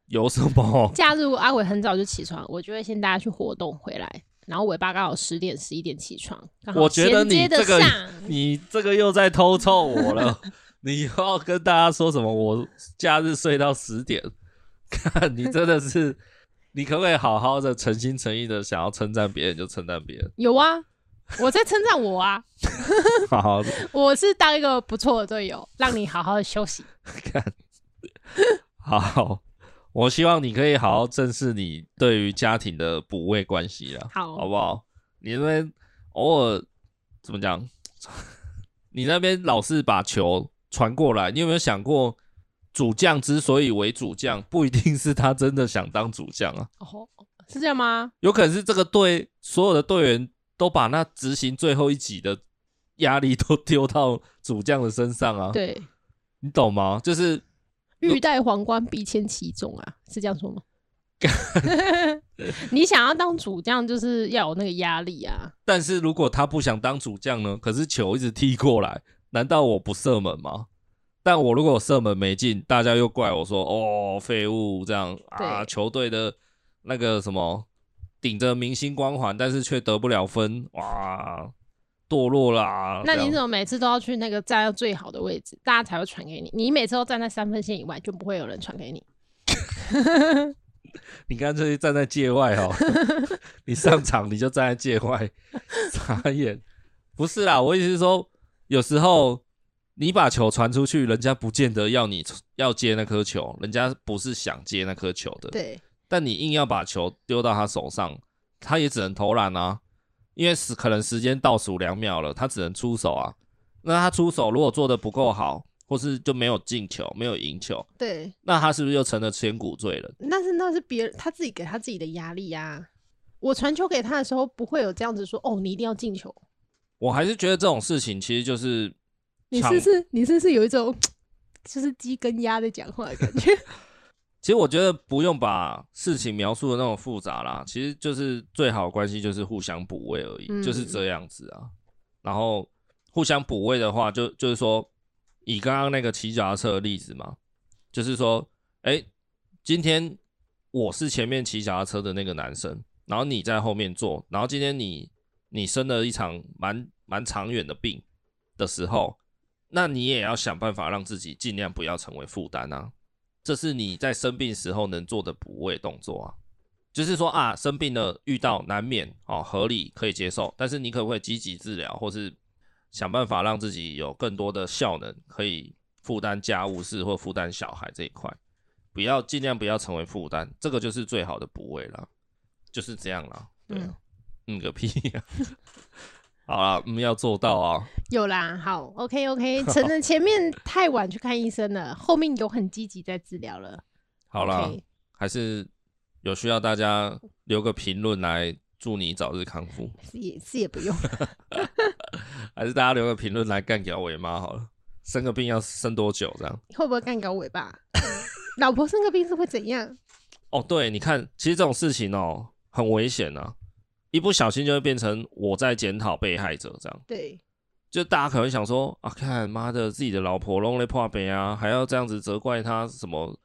A: 有什 么？
B: 假日阿伟很早就起床，我就会先带他去活动回来，然后尾巴刚好十点十一点起床，刚好
A: 我觉得
B: 衔接
A: 你
B: 得
A: 这个
B: 上
A: 你这个又在偷臭我了。 你又要跟大家说什么？我假日睡到十点， 看你真的是，你可不可以好好的、诚心诚意的想要称赞别人就称赞别人？
B: 有啊，我在称赞我啊，
A: 好好地
B: 我是当一个不错的队友，让你好好的休息。
A: 看，好，我希望你可以好好正视你对于家庭的补位关系啦，
B: 好
A: 好不好？你那边偶尔怎么讲？ 你那边老是把球传过来，你有没有想过，主将之所以为主将，不一定是他真的想当主将啊，
B: 哦，是这样吗？
A: 有可能是这个队所有的队员都把那执行最后一集的压力都丢到主将的身上啊，
B: 对，
A: 你懂吗？就是
B: 欲戴皇冠，必先其重啊，是这样 说吗？你想要当主将，就是要有那个压力啊。
A: 但是如果他不想当主将呢？可是球一直踢过来，难道我不射门吗？但我如果射门没进，大家又怪我说哦废物这样啊，
B: 对
A: 球队的那个什么顶着明星光环，但是却得不了分，哇，堕落啦。
B: 那
A: 这
B: 你
A: 样
B: 怎么每次都要去那个站到最好的位置，大家才会传给你？你每次都站在三分线以外，就不会有人传给你。
A: 你干脆站在界外哦， 你上场你就站在界外， 傻眼。不是啦，我意思是说，有时候你把球传出去，人家不见得要你要接那颗球，人家不是想接那颗球的，
B: 对
A: 但你硬要把球丢到他手上，他也只能投篮啊，因为时可能时间倒数两秒了，他只能出手啊。那他出手如果做的不够好，或是就没有进球、没有赢球，
B: 对，
A: 那他是不是就成了千古罪人？
B: 那是那是别人他自己给他自己的压力呀、我传球给他的时候，不会有这样子说哦，你一定要进球。
A: 我还是觉得这种事情其实就是
B: 你
A: 抢
B: 是不是你是不是有一种就是鸡跟鸭在讲话的感觉？
A: 其实我觉得不用把事情描述的那么复杂啦，其实就是最好的关系就是互相补位而已，
B: 嗯
A: 就是这样子啊。然后互相补位的话，就就是说，以刚刚那个骑脚踏车的例子嘛，就是说，哎，今天我是前面骑脚踏车的那个男生，然后你在后面坐，然后今天你你生了一场蛮蛮长远的病的时候，那你也要想办法让自己尽量不要成为负担啊。这是你在生病时候能做的补位动作啊。就是说啊，生病了遇到难免哦，合理可以接受，但是你可不可以积极治疗，或是想办法让自己有更多的效能，可以负担家务事或负担小孩这一块，不要尽量不要成为负担，这个就是最好的补位啦，就是这样啦。对啊，嗯个屁呀、 好啦，嗯，要做到啊。
B: 有啦，好，OK OK，承 认前面太晚去看医生了，后面有很积极在治疗了。
A: 好啦
B: OK
A: 还是有需要大家留个评论来祝你早日康复，
B: 也是也不用，
A: 还是大家留个评论来干掉尾妈好了。生个病要生多久这样？
B: 会不会干搞尾巴？ 老婆生个病是会怎样？
A: 哦，对，你看，其实这种事情哦很危险啊，一不小心就会变成我在检讨被害者这样。
B: 对，
A: 就大家可能想说啊，看妈的自己的老婆弄了破北啊，还要这样子责怪她什么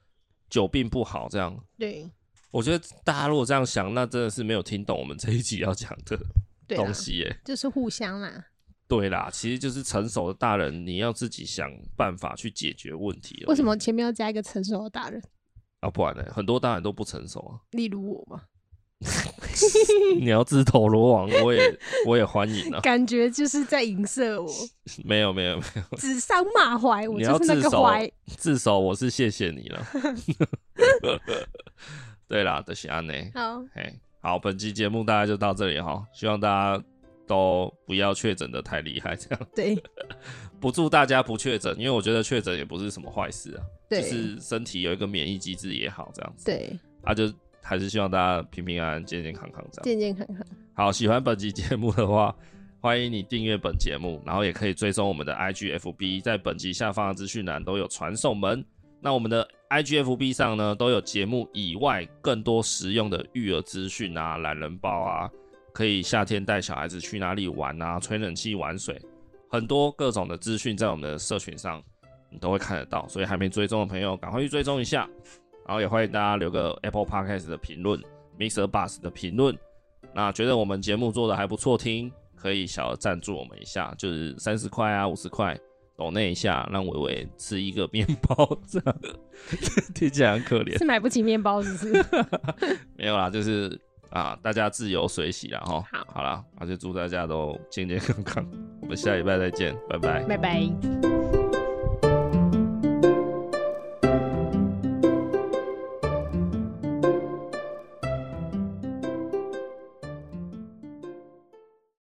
A: 久病不好这样。
B: 对，
A: 我觉得大家如果这样想，那真的是没有听懂我们这一集要讲的
B: 对啊啦
A: 东，西耶、
B: 就是互相啦。
A: 对啦，其实就是成熟的大人，你要自己想办法去解决问题而已。
B: 为什么前面要加一个成熟的大人？
A: 啊？不然呢？很多大人都不成熟啊。
B: 例如我 嘛，
A: 你要自投罗网，我也我也欢迎啊。
B: 感觉就是在影射 我，
A: 没有没有没有，
B: 指桑骂槐，我
A: 你要
B: 就是那
A: 自
B: 个
A: 首
B: 槐。，
A: 自首我是谢谢你了。 对啦，就是安内。
B: 好，
A: 哎，好，本期节目大概就到这里哈，希望大家都不要确诊的太厉害，这样
B: 对
A: 不祝大家不确诊，因为我觉得确诊也不是什么坏事啊，就
B: 对
A: 是身体有一个免疫机制也好，这样子，
B: 对，
A: 啊，就还是希望大家平平安安、健健康康这样。
B: 健健康康。
A: 好，喜欢本期节目的话。 欢迎你订阅本节目，然后也可以追踪我们的 IGFB，在本集下方的资讯栏都有传送门。那我们的 IGFB 上呢，都有节目以外更多实用的育儿资讯啊、懒人包啊，可以夏天带小孩子去哪里玩啊、吹冷气、玩水，很多各种的资讯在我们的社群上你都会看得到，所以还没追踪的朋友赶快去追踪一下。然后也欢迎大家留个 Apple Podcast 的评论、Mixer Bus 的评论。那觉得我们节目做的还不错听，可以小额赞助我们一下，就是三十块啊、五十块，抖那一下，让伟伟吃一个面包，这样 听起来很可怜
B: 是。买不起面包，是不是？
A: 没有啦，就是啊，大家自由随喜啦哈。
B: 好
A: 好啦，那就祝大家都健健康康，我们下礼拜再见，拜拜。
B: 拜拜。